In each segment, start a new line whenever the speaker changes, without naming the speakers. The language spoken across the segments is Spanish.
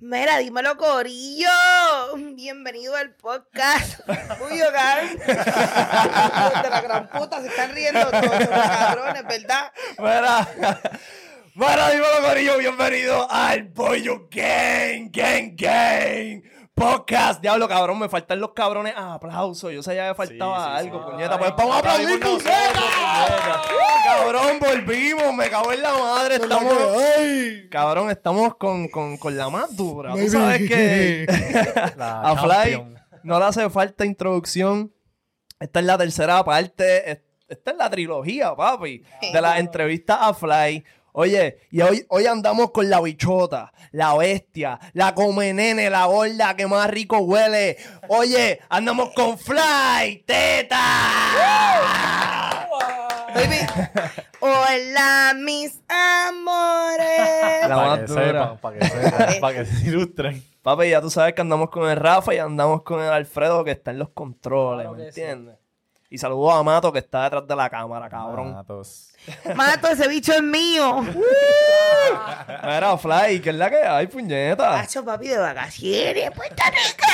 Mira, dímelo, Corillo. Bienvenido al podcast. Cuyo Gang. De la gran puta, se están riendo todos los cabrones, ¿verdad?
Mira, mira, dímelo, Corillo. Bienvenido al Pollo Gang, Gang, Gang. Podcast, diablo, cabrón, me faltan los cabrones a aplausos. Yo sabía que faltaba
sí, sí.
algo,
Ay,
puñeta. Pues vamos a aplaudir,
aplaudimos
puñeta.
nosotros,
Cabrón, volvimos, me cago en la madre. Estamos,
¡Ay!
cabrón, estamos con, con, con la más dura. Tú
Baby.
sabes que
La
a Fly
champion.
no le hace falta introducción. Esta es la tercera parte. es- Esta es la trilogía, papi. De las entrevistas a Fly. Oye, y hoy, hoy andamos con la bichota, la bestia, la comenene, la gorda que más rico huele. Oye, andamos con Fly, teta.
Baby. Hola, mis amores.
La
Para
más
que
dura.
sepan, para que sepan, para que se ilustren.
Papi, ya tú sabes que andamos con el Rafa y andamos con el Alfredo que está en los controles,
Claro
¿me
que sí.
entiendes? Y saludo a Mato que está detrás de la cámara, cabrón.
Ah,
Matos.
Mato, ese bicho es mío.
Mira, Fly, ¿qué es la que hay, puñeta?
Hacho, papi, de vacaciones. Puerto Rico.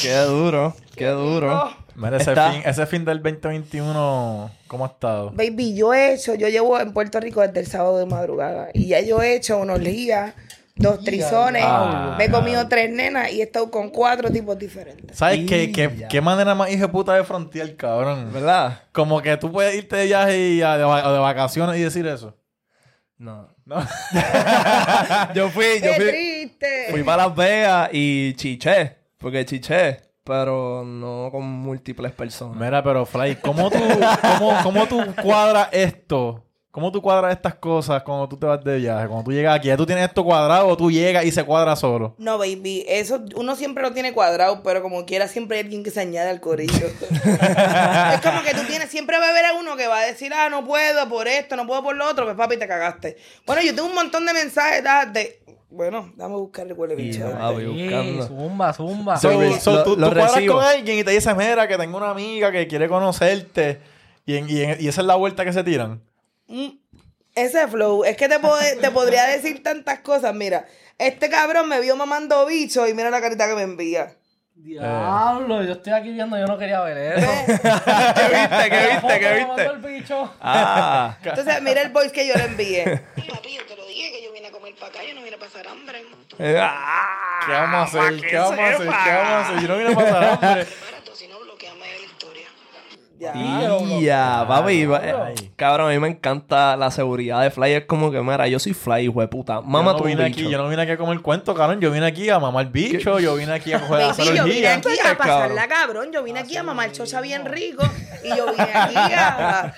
Qué duro, qué duro.
Mira, ese
Está-
fin, ese fin del 2021, ¿cómo ha estado?
Baby, yo he hecho, yo llevo en Puerto Rico desde el sábado de madrugada y ya yo he hecho unos ligas, dos trizones,
Ah,
me he comido
claro.
tres nenas y he estado con cuatro tipos diferentes.
¿Sabes qué,
Y
qué,
ya.
qué manera más hija puta de frontear, cabrón?
¿Verdad?
Como que tú puedes irte de viaje y a- de, va- de vacaciones y decir eso.
No.
¿no?
Yo fui, yo
¡Qué
fui,
triste!
fui para Las Vegas y chiché, porque chiché, pero no con múltiples personas.
Mira, pero Fly, ¿cómo tú, cómo, cómo tú cuadras esto? ¿Cómo tú cuadras estas cosas cuando tú te vas de viaje? Cuando tú llegas aquí, ¿ya tú tienes esto cuadrado o tú llegas y se cuadra solo?
No, baby, eso uno siempre lo tiene cuadrado, pero como quiera siempre hay alguien que se añade al corillo. es como que tú tienes, siempre va a haber a uno que va a decir, ah, no puedo por esto, no puedo por lo otro, pues papi, te cagaste. Bueno, yo tengo un montón de mensajes da- de... Bueno, dame a buscar el huele bicho.
Ah, voy buscando.
Sí, zumba, zumba.
So-
So, so
lo-
tú,
lo
tú cuadras
recibo.
con alguien y te dices, mira, que tengo una amiga que quiere conocerte. Y, en- y en- y esa es la vuelta que se tiran.
Mm, Ese flow, es que te, pod- te podría decir tantas cosas. Mira, este cabrón me vio mamando bicho y mira la carita que me envía.
Diablo, yo estoy aquí viendo, yo no quería ver eso.
¿Qué viste? ¿Qué
La foto
viste? ¿Qué
que me mandó
viste?
el bicho.
Ah,
Entonces, mira el voice que yo le envié.
Sí, papi, yo te lo dije que yo vine a comer para acá, yo no vine a pasar hambre.
eh, ah.
¿Qué vamos a hacer? ¿Qué vamos a hacer? ¿Qué vamos a hacer? Yo no vine a pasar hambre.
Prepárate, si no bloqueame de la historia.
Ya.
Ya, papi. va-
Ay.
eh, Cabrón, a mí me encanta la seguridad de Fly. Es como que, mira, yo soy Fly, hijo de puta. Mamá
yo
tu
no vine aquí,
bicho.
yo no vine aquí a comer cuento, cabrón. Yo vine aquí a mamar bicho, yo vine aquí a coger a hacer
Baby, yo vine
orgía.
aquí a pasarla cabrón. Yo vine aquí a mamar chocha bien rico. Y yo vine aquí a,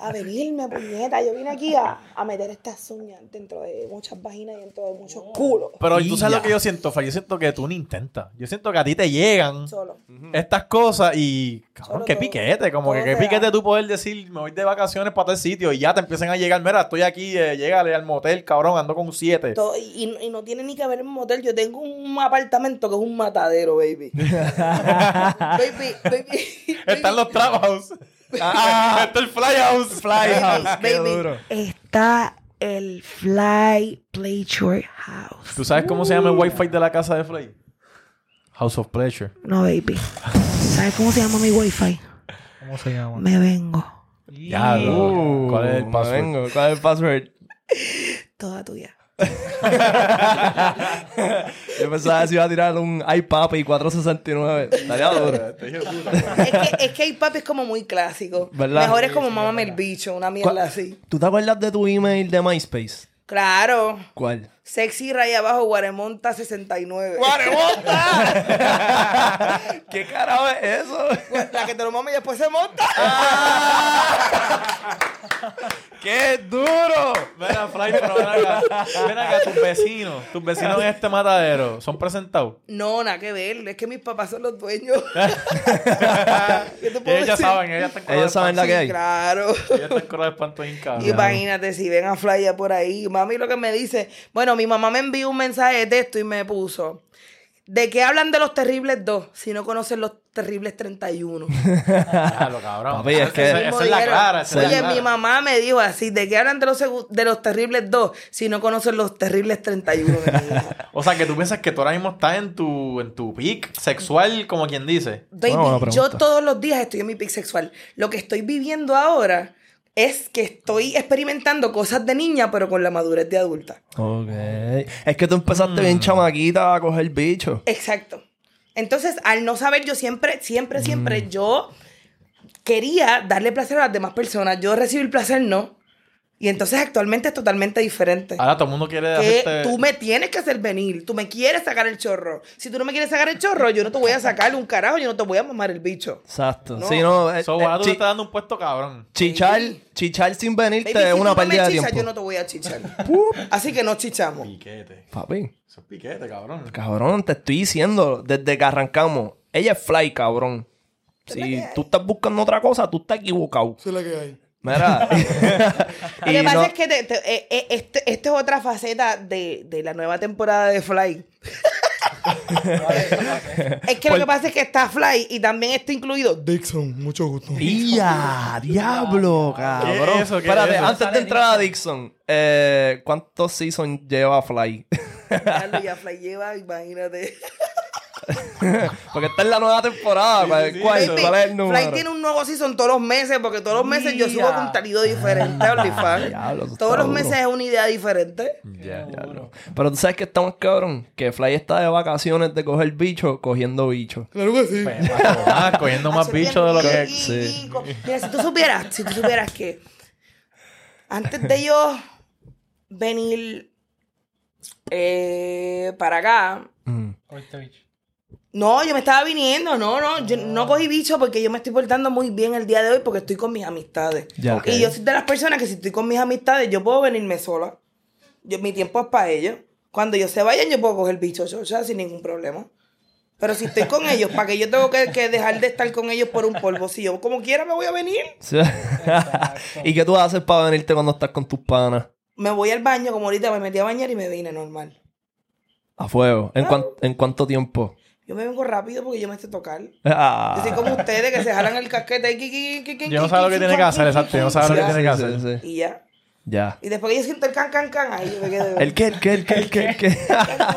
a venirme, puñeta. Yo vine aquí a, a meter estas uñas dentro de muchas vaginas y dentro de muchos culos.
Pero tú sabes
Ya.
lo que yo siento, Fly. Yo siento que tú no intentas. Yo siento que a ti te llegan
Solo.
estas cosas y, cabrón,
Solo
qué
todo.
piquete. Como que
Todo
qué
se da.
piquete tú poder decir, me voy de vacaciones para tal sitio y ya te empiezan a llegar. Mira, estoy aquí, eh, llégale al motel, cabrón, ando con siete.
To- Y, y no tiene ni que ver en motel. Yo tengo un apartamento que es un matadero, baby. baby, baby.
Están los trap house.
Ah.
Está el fly house.
Fly House, qué
Baby,
duro.
Está el Fly Pleasure House.
¿Tú sabes cómo se
Uh.
llama el wifi de la casa de Fly? House of Pleasure.
No, baby. ¿Sabes cómo se llama mi wifi?
¿Cómo se llama?
Me vengo.
Diablo.
Uh,
¿Cuál es el
me
password?
vengo, ¿Cuál es el password?
Toda tuya.
Yo pensaba que se iba a tirar un iPad y 469. Estaría duro.
es, que, es que el papi es como muy clásico.
¿Verdad?
Mejor es como mamame el bicho, una mierda así.
¿Tú te acuerdas de tu email de MySpace?
Claro.
¿Cuál?
Sexy raya abajo, Guaremonta 69.
¿Qué carajo es eso?
La que te lo mama y después se monta.
¡Qué duro!
Mira, Fly, pero ven acá. Ven acá, tus vecinos. Tus vecinos en este matadero. ¿Son presentados?
No, nada que ver. Es que mis papás son los dueños. ¿Qué te puedo
Ellos ya
decir?
saben, ellos están con
Ellos saben la que hay.
Claro.
Ellos están con los espantos en casa.
Imagínate si ven a Flya por ahí. Mami lo que me dice, bueno, mi mamá me envió un mensaje de texto y me puso, ¿De qué hablan de los terribles dos si no conocen los terribles 31?
Claro, cabrón.
Papi, es que-
Esa, esa es la
Dijeron,
clara. esa es la
Oye,
clara.
mi mamá me dijo así, ¿de qué hablan de los, segu- de los terribles dos si no conocen los terribles 31? de mi vida?
O sea, que tú piensas que tú ahora mismo estás en tu, en tu pic sexual, como quien dice.
Baby,
Bueno, buena
yo
pregunta.
todos los días estoy en mi pic sexual. Lo que estoy viviendo ahora es que estoy experimentando cosas de niña, pero con la madurez de adulta.
Ok. Es que tú empezaste bien chamaquita a coger bicho.
Exacto. Entonces, al no saber, yo siempre, siempre, siempre,
Mm.
yo quería darle placer a las demás personas. Yo recibir placer no. Y entonces actualmente es totalmente diferente.
Ah,
Ahora todo el mundo quiere
que
hacerte...
tú me tienes que hacer venir, tú me quieres sacar el chorro. Si tú no me quieres sacar el chorro, yo no te voy a sacar un carajo, yo no te voy a mamar el bicho.
Exacto.
No.
Sí, no. eh,
So,
eh,
ahora tú
chi-
te estás dando un puesto cabrón.
chichar, chichar sin venirte
Baby,
es
si
una
tú no me
pérdida de
chichas,
tiempo.
yo no te voy a chichar. Así que no chichamos.
Piquete.
Papi,
Eso es piquete, cabrón.
cabrón, te estoy diciendo desde que arrancamos. Ella es fly, cabrón. Si tú estás buscando otra cosa, tú estás equivocado.
es la que hay.
Mira.
Lo que
y
pasa
no-
es que te- te- eh, eh, este- esta es otra faceta de, de la nueva temporada de Fly. es
Pues
que lo que pasa es que está Fly y también está incluido Dixon, mucho gusto.
¡Ya! ¡Diablo, cabrón!
¿Qué es eso? ¿Qué
Espérate,
es eso?
antes de entrar a Dixon, eh, ¿cuántos seasons lleva Fly?
Carlos, ya Fly lleva, imagínate.
Porque esta es la nueva temporada. ¿Cuál,
sí,
cuál-
sí.
cuál es el número?
Fly tiene un nuevo season todos los meses, porque todos los meses yo subo
Mira.
contenido diferente a OnlyFans.
Diablo, eso está
todos los
duro.
meses es una idea diferente.
Ya.
Diablo. Pero tú sabes que estamos cabrón, que Fly está de vacaciones de coger bicho, cogiendo bicho.
Claro que sí.
Ah, cogiendo más bicho de lo que...
Sí.
Mira, si tú supieras, si tú supieras que antes de yo venir eh, para acá,
Mm.
Cogiste bicho.
no, yo me estaba viniendo, no, no,
Ah.
yo no cogí bicho porque yo me estoy portando muy bien el día de hoy porque estoy con mis amistades.
Ya, ok.
Y yo soy de las personas que si estoy con mis amistades, yo puedo venirme sola. Yo, mi tiempo es para ellos. Cuando ellos se vayan, yo puedo coger bicho, o sea, sin ningún problema. Pero si estoy con ellos, ¿para que yo tengo que, que dejar de estar con ellos por un polvo? Si yo como quiera me voy a venir.
Sí. ¿Y qué tú haces para venirte cuando estás con tus panas?
Me voy al baño, como ahorita me metí a bañar y me vine normal.
A fuego. ¿En, cuan-
Ah.
en cuánto tiempo?
Yo me vengo rápido porque yo me sé tocar. Yo
Ah.
soy como ustedes que se jalan el casquete. y qui, qui, qui, qui,
Yo no
qui,
sé lo
qui,
que
qui,
tiene que
qui,
hacer,
qui,
exacto.
qui,
Yo no
qui,
sé lo que
qui,
tiene que hacer.
Sí, sí, sí.
Y ya.
Ya.
Y después que yo siento el can, can, can, ahí yo me quedo.
¿El qué? ¿El qué? ¿El qué? ¿El qué? ¿El qué?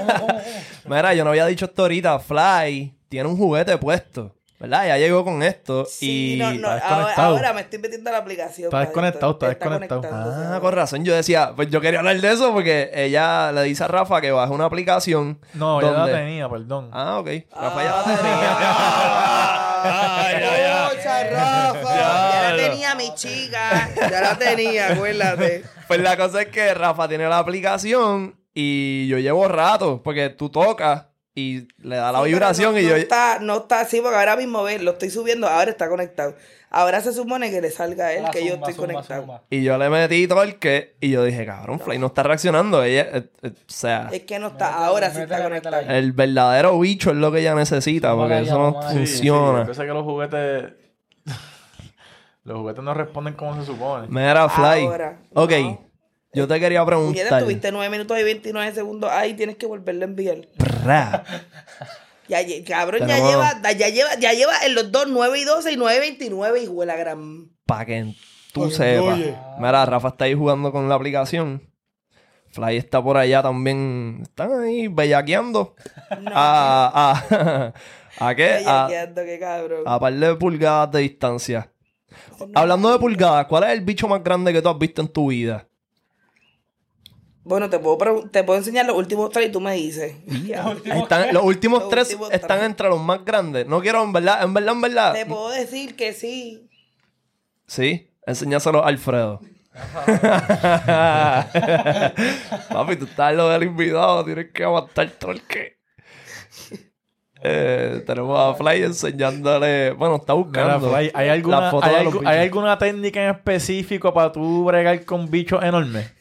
Mira, yo no había dicho esto ahorita. Fly tiene un juguete puesto. ¿Verdad? Ya llegó con esto.
Sí,
y... Ah,
no, ah, no.
está
Ahora,
desconectado.
ahora me estoy metiendo a la aplicación.
Está
padre,
desconectado, está desconectado.
conectando,
Ah,
sí.
con razón. Yo decía, pues yo quería hablar de eso porque ella le dice a Rafa que baje una aplicación.
No, ya la
donde-
tenía, perdón.
Ah, ok. Rafa ya la
Ah,
tenía. Ay, ay, ay.
Concha, Rafa. Ya la
Diablo.
tenía mi chica. Ya la tenía, acuérdate.
Pues la cosa es que Rafa tiene la aplicación y yo llevo rato porque tú tocas y le da la
Sí, pero
vibración
no-
y
no
yo...
Está, no está así porque ahora mismo ves, lo estoy subiendo, ahora está conectado. Ahora se supone que le salga a él
La
que yo
zumba,
estoy
zumba,
conectado.
zumba.
Y yo le metí torque y yo dije, cabrón, Fly no está reaccionando. Ella, eh, eh, o sea,
Es que no está,
Métela,
ahora sí
métela,
está
métela
conectado.
ahí.
el verdadero bicho es lo que ella necesita
Vamos
porque
allá,
eso no
vamos allá.
Sí,
funciona.
sí, yo sé que los juguetes... los juguetes no responden como se supone.
Mira, Fly.
Ahora,
ok,
no.
yo te quería
Puñeta,
preguntar.
estuviste 9 minutos y 29 segundos ahí, tienes que volverle a enviar.
Pra.
Ya, lle- cabrón, ya
Tenemos-
lleva, ya lleva, ya lleva en los dos 9 y 12 y 9 y 29 y huele a gran.
Para que tú sepas. Mira, Rafa está ahí jugando con la aplicación. Fly está por allá también. Están ahí bellaqueando. a, a, ¿A qué? A,
Bellaqueando, qué cabrón.
a par de pulgadas de distancia.
Oh,
Hablando de pulgadas, ¿cuál es el bicho más grande que tú has visto en tu vida?
Bueno, te puedo, pregun- te puedo enseñar los últimos tres y tú me dices.
Están- los últimos
Los
tres
últimos
están
tres.
entre los más grandes. No quiero, en verdad, en verdad, en verdad.
Te puedo decir que sí.
Sí, enseñáselo a Alfredo. Papi, tú estás en lo del invitado, tienes que aguantar torque. Eh, tenemos a Fly enseñándole. Bueno, está
Mira,
buscando.
Fly, ¿hay, alguna,
la foto
hay,
de
algu-
los bichos.
hay alguna técnica en específico para tú bregar con bichos enormes?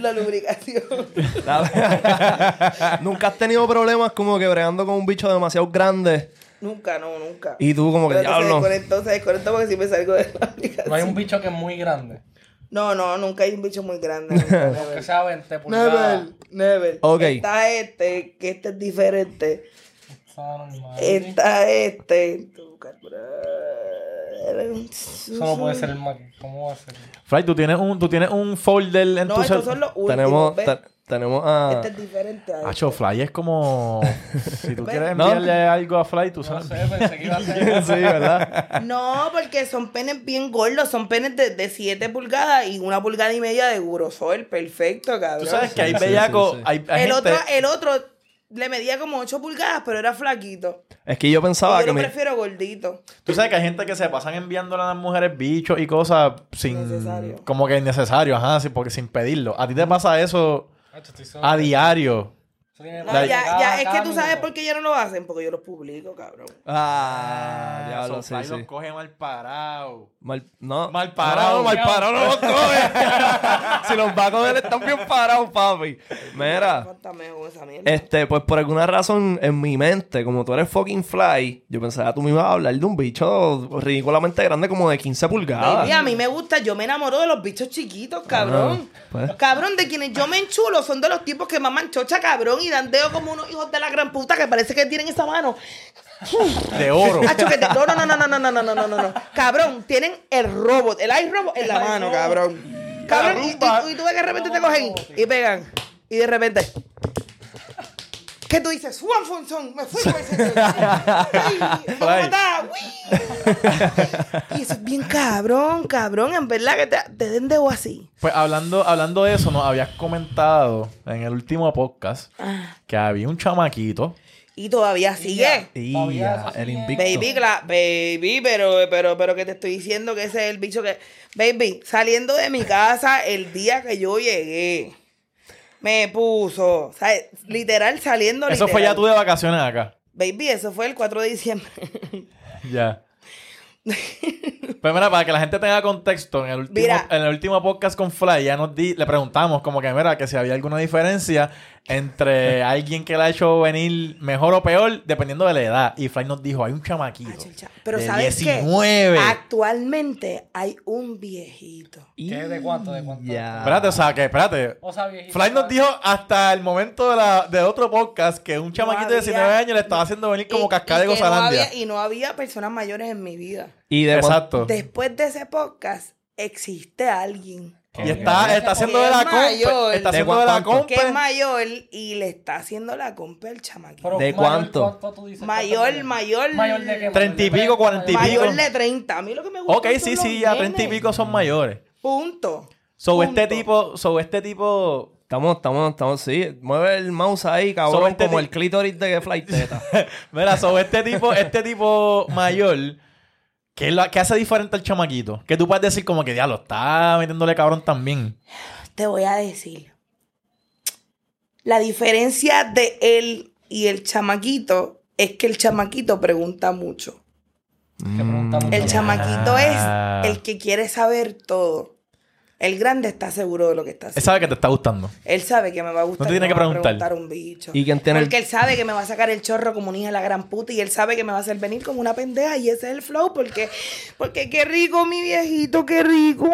La lubricación.
La- Nunca has tenido problemas como que bregando con un bicho demasiado grande.
nunca, no, nunca.
Y tú, como que
Pero se
diablo.
desconectó, se desconectó porque si me salgo de la
No hay
aplicación.
un bicho que es muy grande.
No, no, nunca hay un bicho muy grande. nunca,
Que
never.
sea 20 pulgadas.
Never, never.
Ok.
Está este, que este es diferente.
Está normal.
Eh, Está este.
Eso no puede ser el Mac. ¿Cómo va a ser?
Fly, tú tienes un, tú tienes un folder en
No,
tu
estos son
celular.
los últimos.
tenemos,
¿ves?
te- tenemos a...
Ah.
Este es diferente a
Hacho, Fly es como. si
Ven.
tú quieres
No.
enviarle algo a Fly, tú
No
sabes.
sé, pensé que iba a ser.
sí, ¿verdad?
No, porque son penes bien gordos, son penes de, de 7 pulgadas y una pulgada y media de grosor, perfecto, cabrón.
Tú sabes que hay
Sí, sí,
bellaco.
sí, sí.
Hay, hay
el,
gente-
otro, el otro le medía como 8 pulgadas, pero era flaquito.
Es que yo pensaba
Yo
que
lo
mi-
prefiero gordito.
Tú sabes que hay gente que se pasan enviándole a las mujeres bichos y cosas sin.
Innecesario.
Como que innecesario, ajá, sí, porque sin pedirlo. A ti te pasa eso
Hacho, estoy solo.
a diario.
Eso tiene
No,
más-
ya,
cada-
ya, es que
cada
tú sabes
minuto.
por qué ya no lo hacen, porque yo los publico, cabrón.
Ah, ya
so
lo sé,
Fly
sí.
los coge mal parado.
Mal, no.
Mal parado,
No, mal
diablo.
parado no los coge. si los va a coger, están bien parados, papi.
Ah.
Mira,
Cuéntame con esa mierda.
este, pues por alguna razón en mi mente, como tú eres fucking fly, yo pensaba tú me ibas a hablar de un bicho ridículamente grande como de 15 pulgadas.
Baby, a mí me gusta, yo me enamoro de los bichos chiquitos, cabrón.
Ah, pues.
Cabrón, de quienes yo me enchulo son de los tipos que maman chocha, cabrón, y dan dedo como unos hijos de la gran puta que parece que tienen esa mano.
De oro.
Hacho, que te- Ah, No, no, no, no, no, no, no, no, no, no, no, no. Cabrón, tienen el robot, el iRobot en la mano, cabrón. Cabrón, y, y- y tú ves que de repente te cogen y pegan. Y de repente. ¿Qué tú dices? Juan Fonzón, me fui por ese. Ay, me mataba, uy. Y eso es bien cabrón, cabrón. En verdad que te, te den debo así.
Pues hablando, hablando de eso, nos habías comentado en el último podcast
Ah.
que había un chamaquito.
Y todavía sigue.
Ia, el invicto.
Baby, cla- baby, pero, pero, pero que te estoy diciendo que ese es el bicho que. Baby, saliendo de mi casa el día que yo llegué, me puso. ¿sabes? Literal, saliendo.
Eso fue ya
literal.
tú de vacaciones acá.
Baby, eso fue el 4 de diciembre.
Ya. Pues mira, para que la gente tenga contexto, en el último,
Mira.
en el último podcast con Fly ya nos di, le preguntamos como que, mira, que si había alguna diferencia entre alguien que la ha hecho venir mejor o peor, dependiendo de la edad. Y Fly nos dijo, hay un
Ah,
chamaquito.
chucha. pero
de
¿sabes qué? Ah.
19.
Actualmente hay un viejito.
¿Qué? ¿De cuánto? ¿De cuánto?
Ia.
Espérate, o sea, que espérate.
O sea, viejito.
Fly nos dijo hasta el momento de, la, de otro podcast que un chamaquito de
había-
19 años le estaba haciendo venir como
Y-
cascada de
y que no
Gozalandia.
había- Y no había personas mayores en mi vida.
Y de pues, cuan-
Exacto.
Después de ese podcast, existe alguien
Y está, está haciendo
Que
de la
es mayor.
compa. Está
¿De
haciendo de la
cuánto?
que es
compa.
mayor y le está haciendo la compra al chamaquito.
Pero
¿De
mayor,
cuánto?
tú dices?
Mayor,
¿Cuánto?
mayor.
¿Mayor de qué?
Treinta y
¿Mayor de
pico,
treinta?
cuarenta y
¿Mayor
pico.
Mayor de 30. A mí lo que me gusta.
Ok, sí, sí,
a
ya 30 y pico son mayores.
Punto.
So,
Punto.
este tipo, so, este tipo
Estamos, estamos, estamos, sí. Mueve el mouse ahí, cabrón,
Sobre este
como
ti-
el clítoris de Flyteta.
Mira, sobre este tipo, este tipo mayor, ¿qué, lo- qué hace diferente al chamaquito? Que tú puedes decir como que ya lo está metiéndole cabrón también.
Te voy a decir. La diferencia de él y el chamaquito es que el chamaquito pregunta mucho.
Que pregunta
Mm.
mucho.
El chamaquito
Ah.
es el que quiere saber todo. El grande está seguro de lo que está haciendo.
Él sabe que te está gustando.
Él sabe que me va a gustar.
No te tiene
y me
que
va a
preguntar.
un bicho.
Y quien tiene el-
Porque él sabe que me va a sacar el chorro como un hija de la gran puta y él sabe que me va a hacer venir como una pendeja y ese es el flow porque, porque qué rico mi viejito, qué rico.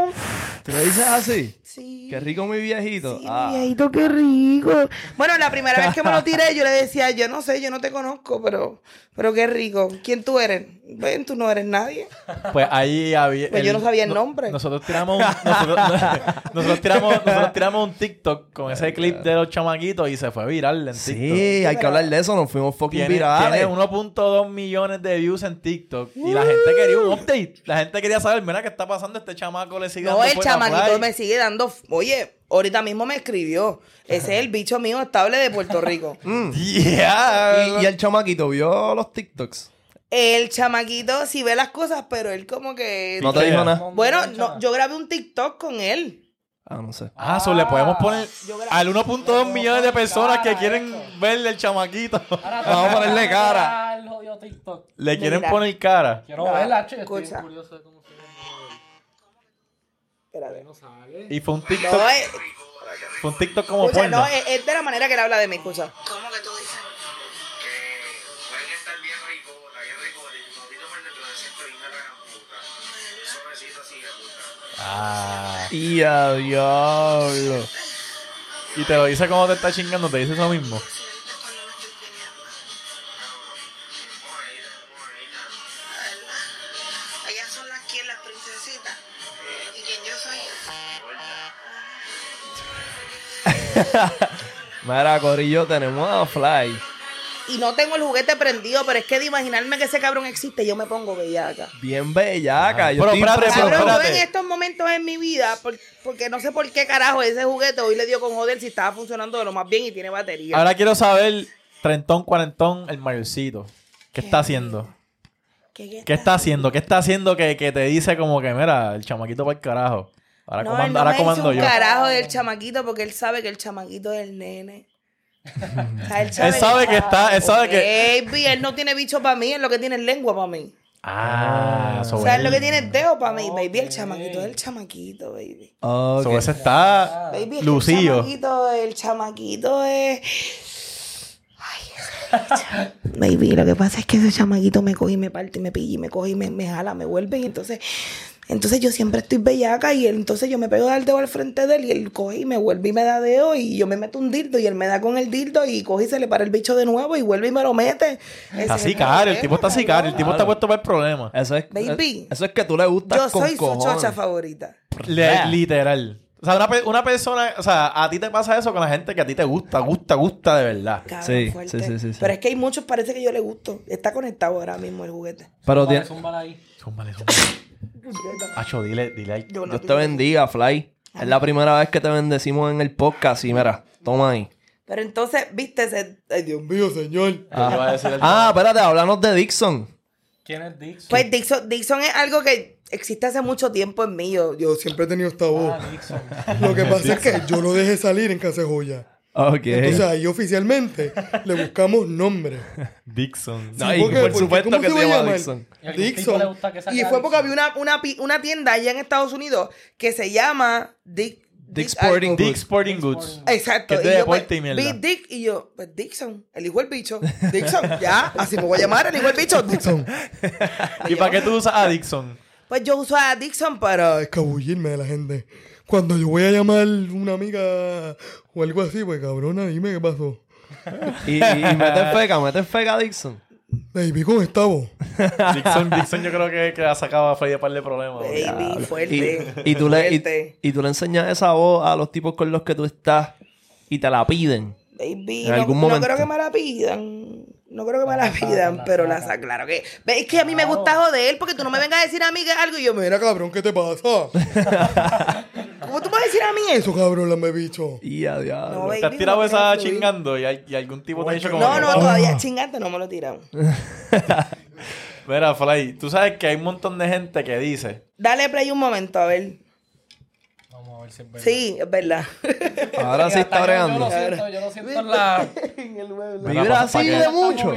¿Tú lo dices así?
Sí.
Qué rico mi viejito.
Sí,
Ah.
mi viejito, qué rico. Bueno, la primera vez que me lo tiré, yo le decía, yo no sé, yo no te conozco, pero, pero qué rico. ¿Quién tú eres? Ven, tú no eres nadie.
Pues ahí había.
Pues yo no sabía el nombre.
Nosotros tiramos, un, nosotros, nosotros tiramos, nosotros tiramos un TikTok con ese clip de los chamaquitos y se fue viral en
Sí,
TikTok.
hay que hablar de eso, nos fuimos fucking
Tiene,
virales.
tiene 1.2 millones de views en TikTok. Y la gente quería un update. La gente quería saber, mira, ¿qué está pasando? Este chamaco le sigue
No,
dando
el
fuerte a
chamaquito
Fly.
me sigue dando. f- Oye, ahorita mismo me escribió. Ese es el bicho mío estable de Puerto Rico.
Yeah.
Mm. Y, y el chamaquito vio los TikToks.
El chamaquito sí ve las cosas, pero él como que.
No te dijo nada.
Bueno, no, yo grabé un TikTok con él.
Ah, no sé.
Ah, so le podemos poner
yo grabo-
al 1.2 millones de personas que
Cara,
quieren verle el chamaquito.
Ahora te-
Vamos a ponerle cara.
Ah, el jodido TikTok.
Le quieren
Mira.
poner cara.
Quiero
Mira,
verla, che. Estoy
escucha.
curioso de cómo se ve.
Espérate.
No sale.
Y fue un TikTok,
No, eh,
fue un TikTok como
escucha,
porno.
no, es, es de la manera que él habla de mí, escucha.
¿Cómo que tú dices?
que pueden estar bien ricos, la bien rico, el maldito por detrás, siempre bien la gran puta. Suavecito así de puta.
Ah.
Y uh, a diablo.
Y te lo dice cuando te está chingando, te dice eso mismo.
Sientes cuando me estoy peleando. ¿Verdad? Ellas son las que las princesitas. ¿Y quién yo soy?
Mira, Corillo, tenemos a Fly.
Y no tengo el juguete prendido, pero es que de imaginarme que ese cabrón existe, yo me pongo bellaca.
Bien bellaca.
Ah,
yo
pero
estoy
espérate, pero
Cabrón,
impresionado.
yo
espérate.
en estos momentos en mi vida, por- porque no sé por qué carajo ese juguete hoy le dio con joder si estaba funcionando de lo más bien y tiene batería.
Ahora quiero saber, trentón, cuarentón, el mayorcito. ¿Qué está haciendo?
¿Qué,
¿Qué está haciendo? ¿Qué está haciendo que, que te dice como que, mira, el chamaquito para el carajo? Ahora
No, él
comando,
no
ahora
me
comando
dice
yo.
un carajo del chamaquito porque él sabe que el chamaquito es el nene. O sea, él
Él sabe que está, él sabe que.
Baby, él no tiene bicho para mí, es lo que tiene es lengua para mí.
Ah,
O
sobre,
sea, es lo que tiene es dedo para mí. Baby, el chamaquito es el chamaquito, baby.
Ok.
sobre ese está
Baby, es que
Lucillo.
El chamaquito, el chamaquito es. Ay, ese bicho. Baby, lo que pasa es que ese chamaquito me coge y me parte y me pilla y me coge y me, me jala, me vuelve y entonces. Entonces yo siempre estoy bellaca y él- entonces yo me pego del dedo al frente de él y él coge y me vuelve y me da dedo y yo me meto un dildo y él me da con el dildo y coge y se le para el bicho de nuevo y vuelve y me lo mete. Ese
Está
es el
sicario, el tipo está
problema,
sicario, el tipo está
Claro.
puesto para el problema.
Eso es,
Baby.
eso es que tú le gustas
Yo
con
soy su
cojones.
chocha favorita.
Le- literal. O sea, una, pe- una persona, o sea, a ti te pasa eso con la gente que a ti te gusta, gusta, gusta de verdad.
Cabrón,
Sí,
fuerte.
sí, sí, sí, sí.
Pero es que hay muchos, parece que yo le gusto. Está conectado ahora mismo el juguete.
Pero
Vale,
tienes-
zúmbala ahí.
Zúmbale, zúmbale. Acho, dile, dile ahí.
Yo no
Dios te bendiga, Fly. Es la primera vez que te bendecimos en el podcast. Y mira, toma ahí.
Pero entonces, viste, ese... Ay, Dios mío, señor.
Yo iba a decir el-
Ah, espérate, háblanos de Dixon.
¿Quién es Dixon?
Pues Dixon, Dixon es algo que existe hace mucho tiempo en mí. Yo, yo siempre he tenido esta voz.
Ah, Dixon.
Lo que pasa es que yo lo dejé salir en Casa de Joya.
Ok.
Entonces ahí oficialmente le buscamos nombre.
Dixon.
No, y
pues,
por supuesto
¿cómo
que
se
se
va a
llama
llamar?
Dixon.
¿Y algún tipo le
Dixon.
gusta que saque
Y
a
fue porque
Dixon?
había una, una, pi- una tienda allá en Estados Unidos que se llama Dick...
Dick
Dick algo.
Sporting
Dick Sporting Goods.
Exacto.
Que es
y
de
yo, pues,
deporte y mierda.
Vi Dick y yo, pues Dixon, el hijo del bicho. Dixon, ya, así me voy a llamar, el hijo del bicho, Dixon.
¿Y para qué tú usas a Dixon?
Pues yo uso a Dixon
Oh,
para...
Escabullirme de la gente. Cuando yo voy a llamar una amiga o algo así, pues cabrona, dime qué pasó.
Y, y, y mete feca, mete feca a Dixon.
Baby, con esta voz.
Dixon, Dixon yo creo que, que ha sacado a Freddy de par de problemas.
Baby,
Y,
fuerte.
y tú le, y,
fuerte.
y tú le enseñas esa voz a los tipos con los que tú estás y te la piden.
Baby,
En
no,
algún
no
momento.
creo que me la pidan. Ah, No creo que me la pidan, pero la saco, claro que. Ve, Es que a mí me gusta joder, porque tú no me vengas a decir a mí que es algo y yo me.
Mira, cabrón, ¿qué te pasa?
¿Cómo tú puedes decir a mí eso?
Eso, cabrón, la me bicho.
Y a diablo.
No,
¿Te has
baby,
tirado
no
esa
quiero fluir.
chingando y, hay- y algún tipo te ha dicho como
No,
que,
no, todavía chingante no me lo tiraron.
"Oh, Mira, Fly, tú sabes que hay un montón de gente que dice...
Dale play un momento, a ver.
Vamos a ver si es verdad.
Sí, es verdad.
Ahora sí está
Hasta yo- Yo
bregando.
lo siento, yo lo siento en la...
Mira, pa-
Vibra así
pa' que-
de mucho.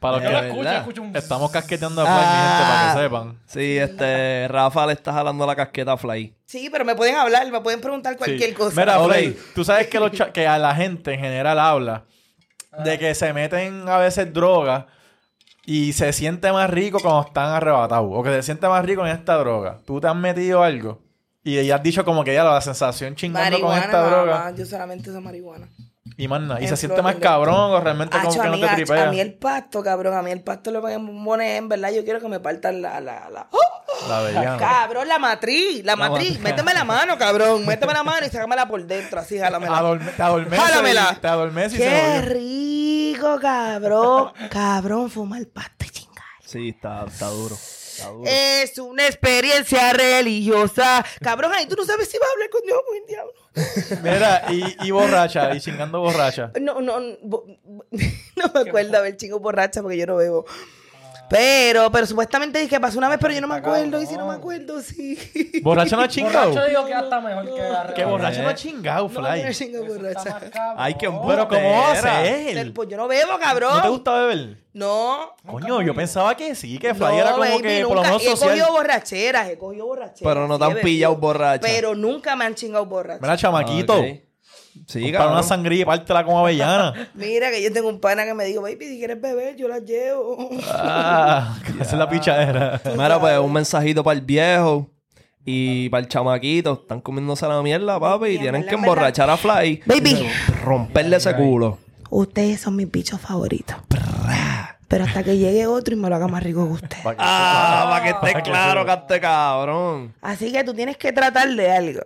Para
Yo
los
lo
que...
escucho,
verdad.
escucho un...
Estamos casqueteando a Fly,
Ah.
mi gente, para que sepan.
Sí, este, Rafa le está jalando la casqueta a Fly.
Sí, pero me pueden hablar, me pueden preguntar cualquier
Sí.
cosa.
Mira,
Ok.
Fly, tú sabes que, los cha- que a la gente en general habla de que se meten a veces drogas y se siente más rico cuando están arrebatados o que se siente más rico en esta droga. Tú te has metido algo y ya has dicho como que ya la sensación chingando con
marihuana,
esta
nada
droga
más, Yo solamente uso marihuana.
y más nada. Y
En
se siente más
Florida.
cabrón o realmente como
Acho,
que
a,
no
mí,
te
a-
tripea.
a mí el pasto, cabrón. A mí el pasto lo que me pone en verdad. Yo quiero que me partan la. la, la... ¡Oh!
La avellana.
Cabrón, la matriz, la, matriz. Méteme la mano, cabrón. Méteme la mano y sácamela por dentro, así, jálamela.
Adorme- Te adormece
Jálamela.
y- te adormece y se
Qué
jodió.
rico, cabrón. Cabrón, fumar pasto y chingar.
Sí, está, está duro. Está duro.
Es una experiencia religiosa. Cabrón, ahí tú no sabes si vas a hablar con Dios o el diablo.
Mira, y, y borracha, y chingando borracha.
No, no, bo- no me acuerdo haber chico borracha porque yo no bebo. Pero, pero supuestamente dije que pasó una vez, pero yo no me acuerdo. Y si no me acuerdo, sí.
Borracha no ha chingado.
Borracho digo que hasta mejor que la
Que borracha eh. no ha chingado, Fly.
Una chinga borracha.
Ay, qué
Pero ¿cómo
Era.
hace él?
Pero, Pues yo no bebo,
¿No te
cabrón.
gusta beber?
No.
Coño, yo pensaba que sí, que Fly
No,
era como
baby,
que por lo
nunca.
menos
He
social.
cogido borracheras, he cogido borracheras.
Pero no te
sí,
han
he
pillado
bebido.
borracha.
Pero nunca me han chingado borracha.
Mira, chamaquito,
Ah, Ok. Sí,
para una
cabrón.
sangría y pártela como avellana.
Mira que yo tengo un pana que me dijo, baby, si quieres beber, yo las llevo.
ah, esa es la pichadera.
Mira, pues un mensajito para el viejo. Y para el chamaquito, están comiéndose la mierda, papi, y
Bien,
tienen que
¿verdad?
emborrachar a Fly.
Baby.
y Romperle ese culo.
Ustedes son mis bichos favoritos. Pero hasta que llegue otro y me lo haga más rico que usted.
Ah, para que esté claro, cante cabrón.
Así que tú tienes que tratar de algo.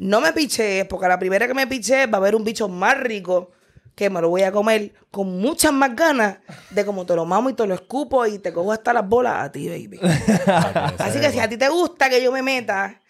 No me pichees, porque a la primera que me piche va a haber un bicho más rico que me lo voy a comer con muchas más ganas de como te lo mamo y te lo escupo y te cojo hasta las bolas a ti, baby. Así que si a ti te gusta que yo me meta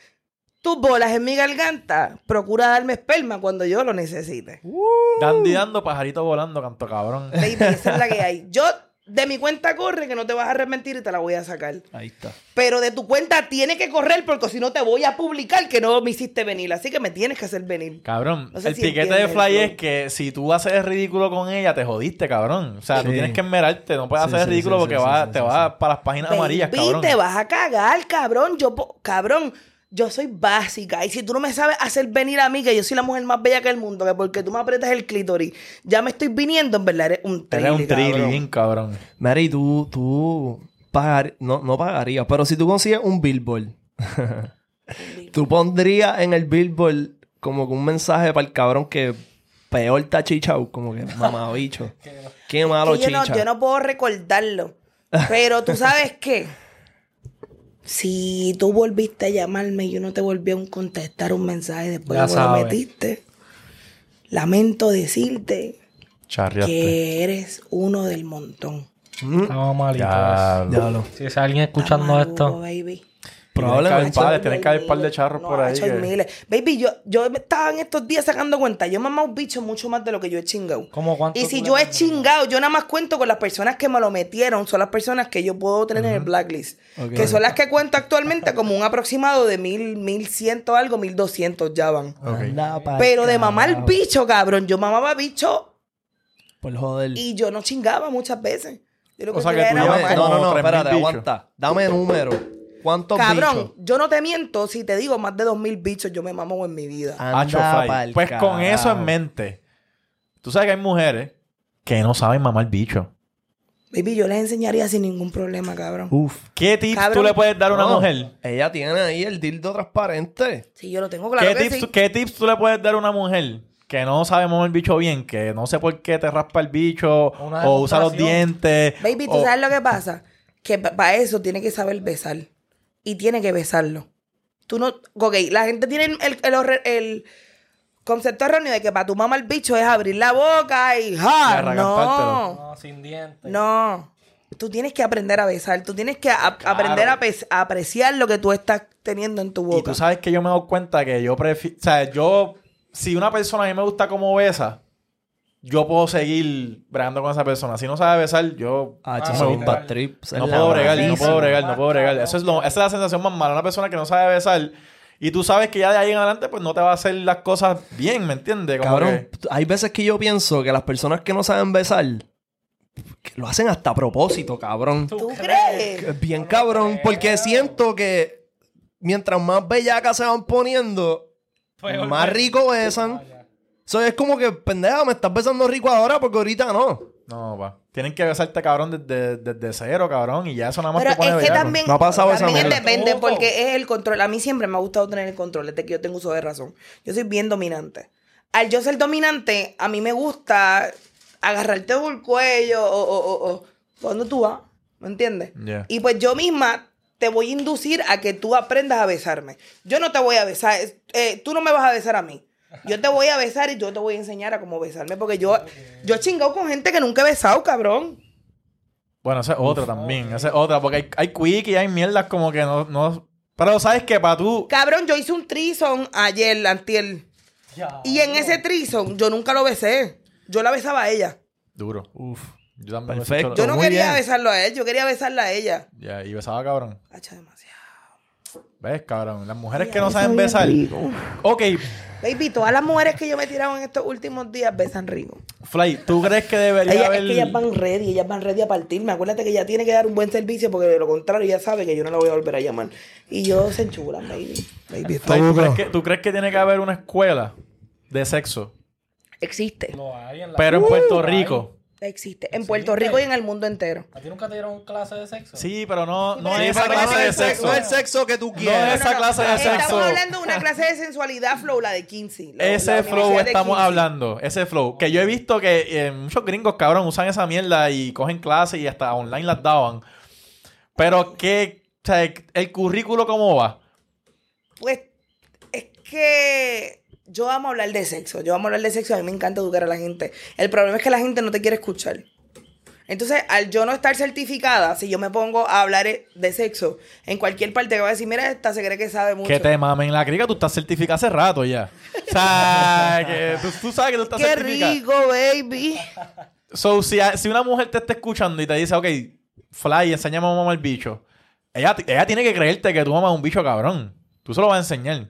tus bolas en mi garganta, procura darme esperma cuando yo lo necesite.
Uh. Dandy dando, pajarito volando, canto cabrón.
Baby, esa es la que hay. Yo, de mi cuenta corre que no te vas a arrepentir y te la voy a sacar.
Ahí está.
Pero de tu cuenta tiene que correr porque si no te voy a publicar que no me hiciste venir. Así que me tienes que hacer venir.
Cabrón,
No sé
el
si
piquete de
entiendes el
Fly
flow.
es que si tú haces el ridículo con ella, te jodiste, cabrón. O sea, tú
Sí.
tienes que esmerarte, no puedes
Sí,
hacer el
sí,
ridículo
sí,
porque
sí,
va-
sí,
te
sí,
vas para las páginas amarillas,
Baby,
cabrón.
te vas a cagar, cabrón. Yo, po- cabrón, yo soy básica. Y si tú no me sabes hacer venir a mí, que yo soy la mujer más bella que el mundo, que porque tú me aprietas el clítoris, ya me estoy viniendo, en verdad eres un
Eres un
trilli, cabrón.
trilli, bien cabrón.
Mary, tú, tú pagar, no, no pagarías, pero si tú consigues un billboard, tú pondrías en el billboard como que un mensaje para el cabrón que peor está chichao, como que mamabicho. Qué malo
que yo,
chicha.
no, yo no puedo recordarlo. Pero tú sabes qué. Si tú volviste a llamarme y yo no te volví a un- contestar un mensaje después
Ya
de que me lo
sabes.
metiste, lamento decirte
Charriaste.
que eres uno del montón.
Estamos malitos.
Ya,
Diablo.
Si es alguien escuchando
Amargo,
esto.
baby.
Probablemente.
Probablemente.
tienen que haber par de charros
No,
por ahí
macho, hay
que-
miles. Baby, yo, yo estaba en estos días sacando cuenta. Yo he mamado bicho mucho más de lo que yo he chingado.
¿Cómo cuánto
Y
tú
si
le
yo he
mandas?
chingado, yo nada más cuento con las personas que me lo metieron. Son las personas que yo puedo tener en el blacklist.
Ok.
Que son las que cuento actualmente como un aproximado de mil, mil ciento algo, mil doscientos ya van.
Ok.
Anda pa'l
Pero de mamar
carajo.
bicho, cabrón. Yo mamaba bicho
Por joder.
y yo no chingaba muchas veces. Yo lo
O sea, que
quería
tú
era
llamas-
mamar.
Dame- no, no, no,
Como
espérate,
3.000 bichos.
aguanta. Dame número. ¿Cuántos
Cabrón,
bichos?
yo no te miento si te digo más de dos mil bichos yo me mamo en mi vida.
Ah.
Hacho
Anda
Fly.
pa'l
Pues con eso en
carajo.
mente. Tú sabes que hay mujeres que no saben mamar bicho.
Baby, yo les enseñaría sin ningún problema, cabrón.
Uf.
¿Qué tips tú
Cabrón.
le puedes dar a una
No,
mujer?
Ella tiene ahí el dildo transparente.
Sí, yo lo tengo claro
¿Qué,
que
tips,
sí.
tú- qué tips tú le puedes dar a una mujer que no sabe mover el bicho bien? Que no sé por qué te raspa el bicho
Una
o usa los
demostración.
dientes.
Baby, ¿tú
o-
sabes lo que pasa? Que para eso tiene que saber besar. Y tiene que besarlo. Tú no... Ok, la gente tiene el, el horre- el concepto erróneo de que para tu mamá el bicho es abrir la boca y...
Y
¡Ja!
arragantártelo.
No.
No, sin dientes.
No. Tú tienes que aprender a besar. Tú tienes que a- aprender a, pes- a apreciar lo que tú estás teniendo en tu
Y
boca.
tú sabes que yo me doy cuenta que yo prefiero... O sea, yo... Si una persona a mí me gusta cómo besa, yo puedo seguir bregando con esa persona. Si no sabe besar, yo...
Ah, eso
Ah,
no
es
me
un
gusta.
bad trip. Esa
No
es la
puedo bregar,
verdad.
no puedo bregar, no
Más
puedo bregar.
cabrón.
Eso es lo, esa es la sensación más mala. Una persona que no sabe besar y tú sabes que ya de ahí en adelante pues no te va a hacer las cosas bien, ¿me entiendes? Como
Cabrón,
que-
hay veces que yo pienso que las personas que no saben besar que lo hacen hasta a propósito, cabrón.
¿Tú crees?
Que es Bien cabrón, porque siento que mientras más bellacas se van poniendo,
Pues,
Peor
más
que-
rico
Ah,
besan. So, es como que, pendeja, me estás besando rico ahora porque ahorita no.
No, va. Tienen que besarte, cabrón, desde, desde cero, cabrón. Y ya eso nada más
Pero
te pone
es que
bellaco.
también,
No ha pasado esa
también
mierda.
depende
Ojo.
porque es el control. A mí siempre me ha gustado tener el control desde que yo tengo uso de razón. Yo soy bien dominante. Al yo ser dominante, a mí me gusta agarrarte por el cuello o, o, o, o ¿dónde tú vas? ¿Me entiendes?
Yeah.
Y pues yo misma te voy a inducir a que tú aprendas a besarme. Yo no te voy a besar, es- eh, tú no me vas a besar a mí. Yo te voy a besar y yo te voy a enseñar a cómo besarme porque yo, yo he chingado con gente que nunca he besado, cabrón.
Bueno, esa es otra también. Esa es otra. Porque hay, hay quick y hay mierdas como que no... no... Pero ¿sabes que Para tú...
Cabrón, yo hice un trison ayer, antier.
Ya.
Y en
Oh.
ese trison yo nunca lo besé. Yo la besaba a ella.
Duro. Uf. Yo también
Perfecto.
hubiese hecho lo-
Yo no
muy
quería
bien.
besarlo a él, yo quería besarla a ella.
Ya, y besaba, cabrón.
Hacha demasiado.
¿Ves, cabrón? Las mujeres que no saben besar... Ok,
Baby, todas las mujeres que yo me he tirado en estos últimos días besan rico.
Fly, ¿tú crees que debería
Ellas,
haber...?
Es que ellas van ready, ellas van ready a partirme. Acuérdate que ella tiene que dar un buen servicio porque de lo contrario ella sabe que yo no la voy a volver a llamar. Y yo se enchulan, baby. Baby, esto
Fly, ¿tú,
Boca.
crees que, tú crees que tiene que haber una escuela de sexo?
existe.
Lo hay en la- Uh.
Pero en Puerto Rico.
Existe en Puerto Rico y en el mundo entero.
¿A ti nunca te dieron clase de sexo?
Sí, pero no, no
Sí,
es esa
pero no
clase de
el sexo-
sexo.
No es el sexo que tú
No es
quieres.
esa clase de sexo.
Estamos hablando de una clase de sensualidad flow, la de 15. la- la
Ese flow
universidad de
estamos
15.
hablando, ese flow. Que yo he visto que eh, muchos gringos, cabrón, usan esa mierda y cogen clases y hasta online las daban. Pero que, o sea, el currículo cómo va.
Pues es que yo amo hablar de sexo. Yo amo hablar de sexo. A mí me encanta educar a la gente. El problema es que la gente no te quiere escuchar. Entonces, al yo no estar certificada, si yo me pongo a hablar e, de sexo, en cualquier parte que va a decir, mira, esta se cree que sabe mucho.
Que te mamen la crica, tú estás certificada hace rato ya. O sea, que tú, tú sabes que tú estás
¡Qué
certificada.
rico, baby!
So, si, a- si una mujer te está escuchando y te dice, ok, Fly, enséñame a mamar el bicho. Ella, ti- ella tiene que creerte que tú mamas un bicho cabrón. Tú se lo vas a enseñar.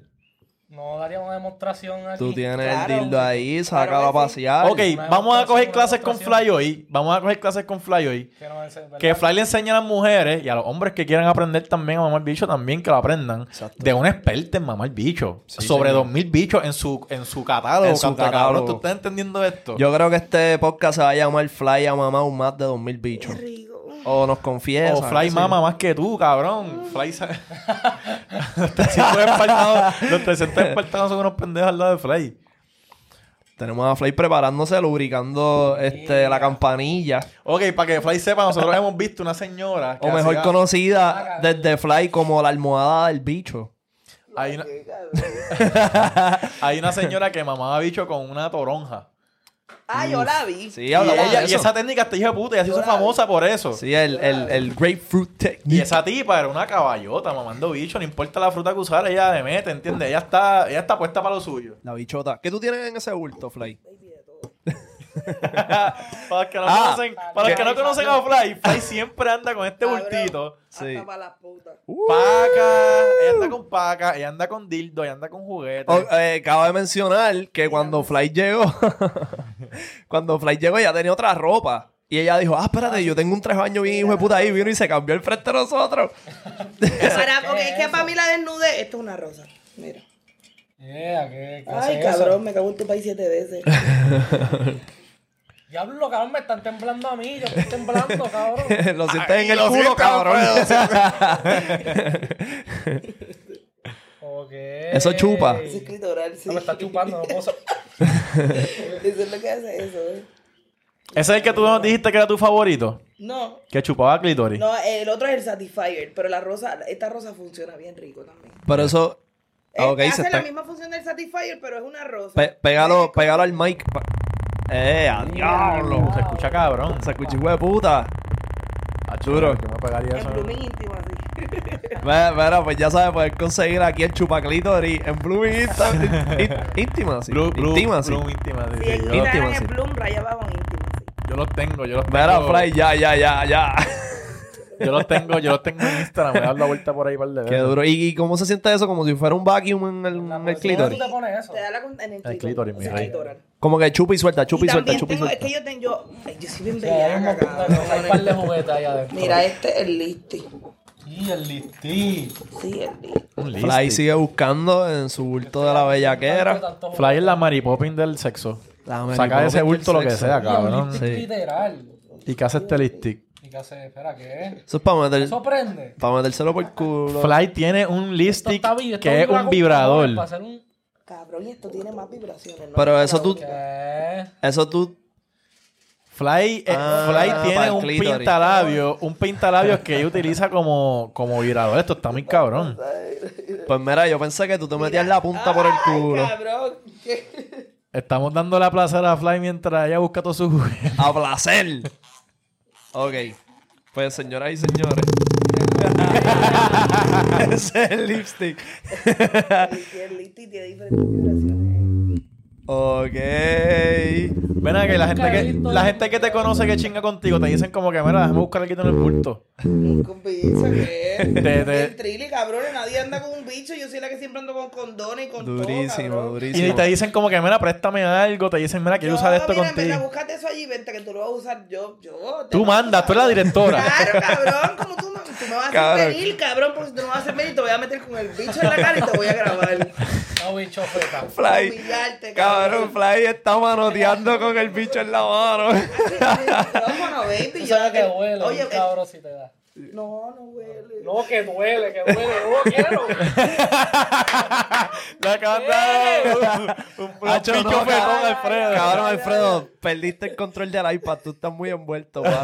No daría una demostración aquí.
Tú tienes
Claro.
el dildo ahí, sácalo
Claro
a
que sí.
pasear.
ok,
una
vamos a coger
demostración,
clases
una
con
demostración.
Fly hoy. Vamos a coger clases con Fly hoy.
Que no es- ¿verdad?
Que Fly le enseña a las mujeres y a los hombres que quieran aprender también a mamar bicho también que lo aprendan. De una experta en mamar bicho.
Sí,
Sobre
señor.
dos mil bichos en su, en su catálogo.
En su
canto de
catálogo.
cabrón. ¿Tú estás entendiendo esto?
Yo creo que este podcast se va a llamar Fly a mamá un más de 2000 bichos.
rico.
O nos confiesa.
o Fly
sí.
mama más que tú, cabrón. Fly sa- Los 300 espartanos, los 300 espartanos son unos pendejos al lado de Fly.
Tenemos a Fly preparándose, lubricando este, la campanilla.
Ok, para que Fly sepa, nosotros hemos visto una señora. que
O mejor
hacía-
conocida desde Fly como la almohada del bicho.
Hay una... Hay una señora que mamaba bicho con una toronja.
Ah, yo la vi.
Sí, hablamos
y, ella-
de
y
eso.
esa técnica está hija de puta y así hizo famosa por eso.
Sí, el, el, el grapefruit technique.
Y esa tipa era una caballota mamando bicho, no importa la fruta que usara, ella le mete, ¿entiendes? Ella está, ella está puesta para lo suyo.
La bichota. ¿Qué tú tienes en ese bulto, Fly?
para los que no
Ah,
conocen, para los que no conocen a Fly, Fly siempre anda con este
Cabrón.
bultito.
Sí.
Hasta para las putas.
Paca, ella anda con paca, ella anda con dildo, ella anda con juguetes.
O- eh, acabo de mencionar que cuando Fly llegó, cuando Fly llegó ella tenía otra ropa. Y ella dijo, ah, espérate, yo tengo un tres años bien hijo de puta ahí. Vino y se cambió el frente de nosotros.
Para, porque es que para mí la desnude. Esto es una rosa. Mira.
Yeah, ¿qué,
Ah,
qué
Ay,
es eso?
cabrón, me cago en tu país siete veces.
Diablo, cabrón, me están temblando a mí. Yo estoy temblando, cabrón.
lo sientes en el
lo
culo,
siento,
cabrón.
Ok.
Eso chupa.
Es escritoral, sí.
No, me está chupando, no puedo... sa-
Eso es lo que hace eso, ¿eh?
Ese es el que tú nos dijiste que era tu favorito,
No,
que chupaba clitoris.
no, el otro es el Satisfyer, pero la rosa, esta rosa funciona bien rico también.
Por eso... Ah, ok,
Eh,
se
hace
está-
la misma función del Satisfyer, pero es una rosa.
Pe- pégalo, pégalo al mic. pa- Eh, a diablo.
Se escucha cabrón. Ah,
Se escucha hijo de puta.
Duro. Yo me pegaría
en
eso.
blooming íntimo así.
Ve- Bueno, pues ya sabes, puedes conseguir aquí el chupaclitori en Blue Insta- Íntima, sí.
Blue, blue,
Íntima, sí.
blue íntima, sí,
Sí,
sí,
en
yo,
Instagram
íntimo,
es
sí.
bloom, raya abajo íntimo así.
yo los tengo, yo los tengo.
Mira, Fly, ya, ya, ya, ya.
Yo los tengo, yo los tengo en Instagram, me he dado la vuelta por ahí para el de
Qué
veces.
duro. ¿Y, y cómo se siente eso? Como si fuera un vacuum en el, en el clítoris.
¿Dónde tú te pones eso?
Te da la con- en el clítoris.
clítoris, mi
o sea,
rey.
clitoral.
Como que chupa y suelta, chupa y,
Y
suelta,
también
chupa
tengo,
y
es
suelta.
que yo tengo, yo, ay, yo soy bien
O sea, hay un
bellaca,
montón de cosas, hay un par de
cabrón.
juguetes ahí adentro.
Mira, este es el listi.
Y el listín.
Sí, el listi.
Un listing.
Fly sigue buscando en su bulto de la bellaquera.
Tanto- tanto
Fly es la maripopping del sexo.
La Mary
Saca de ese
Poppins
bulto
del
lo que
sexo.
sea,
juguete. Y el
cabrón.
listín literal.
¿Y qué hace este listic?
¿Y qué hace? Espera, ¿qué?
Eso es para, meter,
Sorprende.
para metérselo por el culo.
Fly tiene un
Esto
listic
está vi- esto
que es
vibra
un
con
vibrador.
cojones para hacer un-
Cabrón, y esto tiene más vibraciones, ¿no?
Pero eso tú,
¿Qué?
eso tú
Fly, eh,
Ah,
Fly
para
tiene
el
un
clítoris.
pintalabio, un pintalabio que ella utiliza como, como vibrador. Esto está muy cabrón.
Pues mira, yo pensé que tú te metías la punta por el culo.
Cabrón, ¿qué?
Estamos dando la placer a Fly mientras ella busca todo su juguete.
A placer. Ok. Pues señoras y señores. Ese es el lipstick.
el listi tiene diferentes vibraciones.
Ok.
Ven acá, y la gente que,
Nunca
la
he visto-
gente que te conoce que chinga contigo, te dicen como que, mira, déjame buscar el quito en el bulto.
Con bicho, ¿qué?
Te- te-
El trilli, cabrón, nadie anda con un bicho. Yo soy la que siempre ando con condones y con
Durísimo,
todo, cabrón.
Y
durísimo.
te dicen como que, mira, préstame algo. Te dicen, mira, quiero
Yo,
usar esto
mira,
contigo.
mira, búscate eso allí, vente que tú lo vas a usar yo. yo te
Tú
vas a
mandas,
usar.
tú eres la directora.
Claro, cabrón, como tú, me- tú me vas a
Cabrón.
hacer venir, cabrón, porque si tú no me vas a hacer venir, te voy a meter con el bicho en la cara y te voy a grabar.
No, bicho, feta.
Fly.
Humillarte,
Cabrón,
cabrón.
Fly está manoteando con el bicho en la mano.
Micrófono, baby.
Tú
yo-
sabes que duele,
Oye,
Oye,
eh,
cabrón, si te da.
No, no huele.
No, que duele, que duele. No lo quiero.
Le acaban de
Eh.
dar un, un, un
Hacho,
pincho
no,
fetón,
ca-
Alfredo.
Cabrón, Alfredo, perdiste el control del iPad. Tú estás muy envuelto, pa.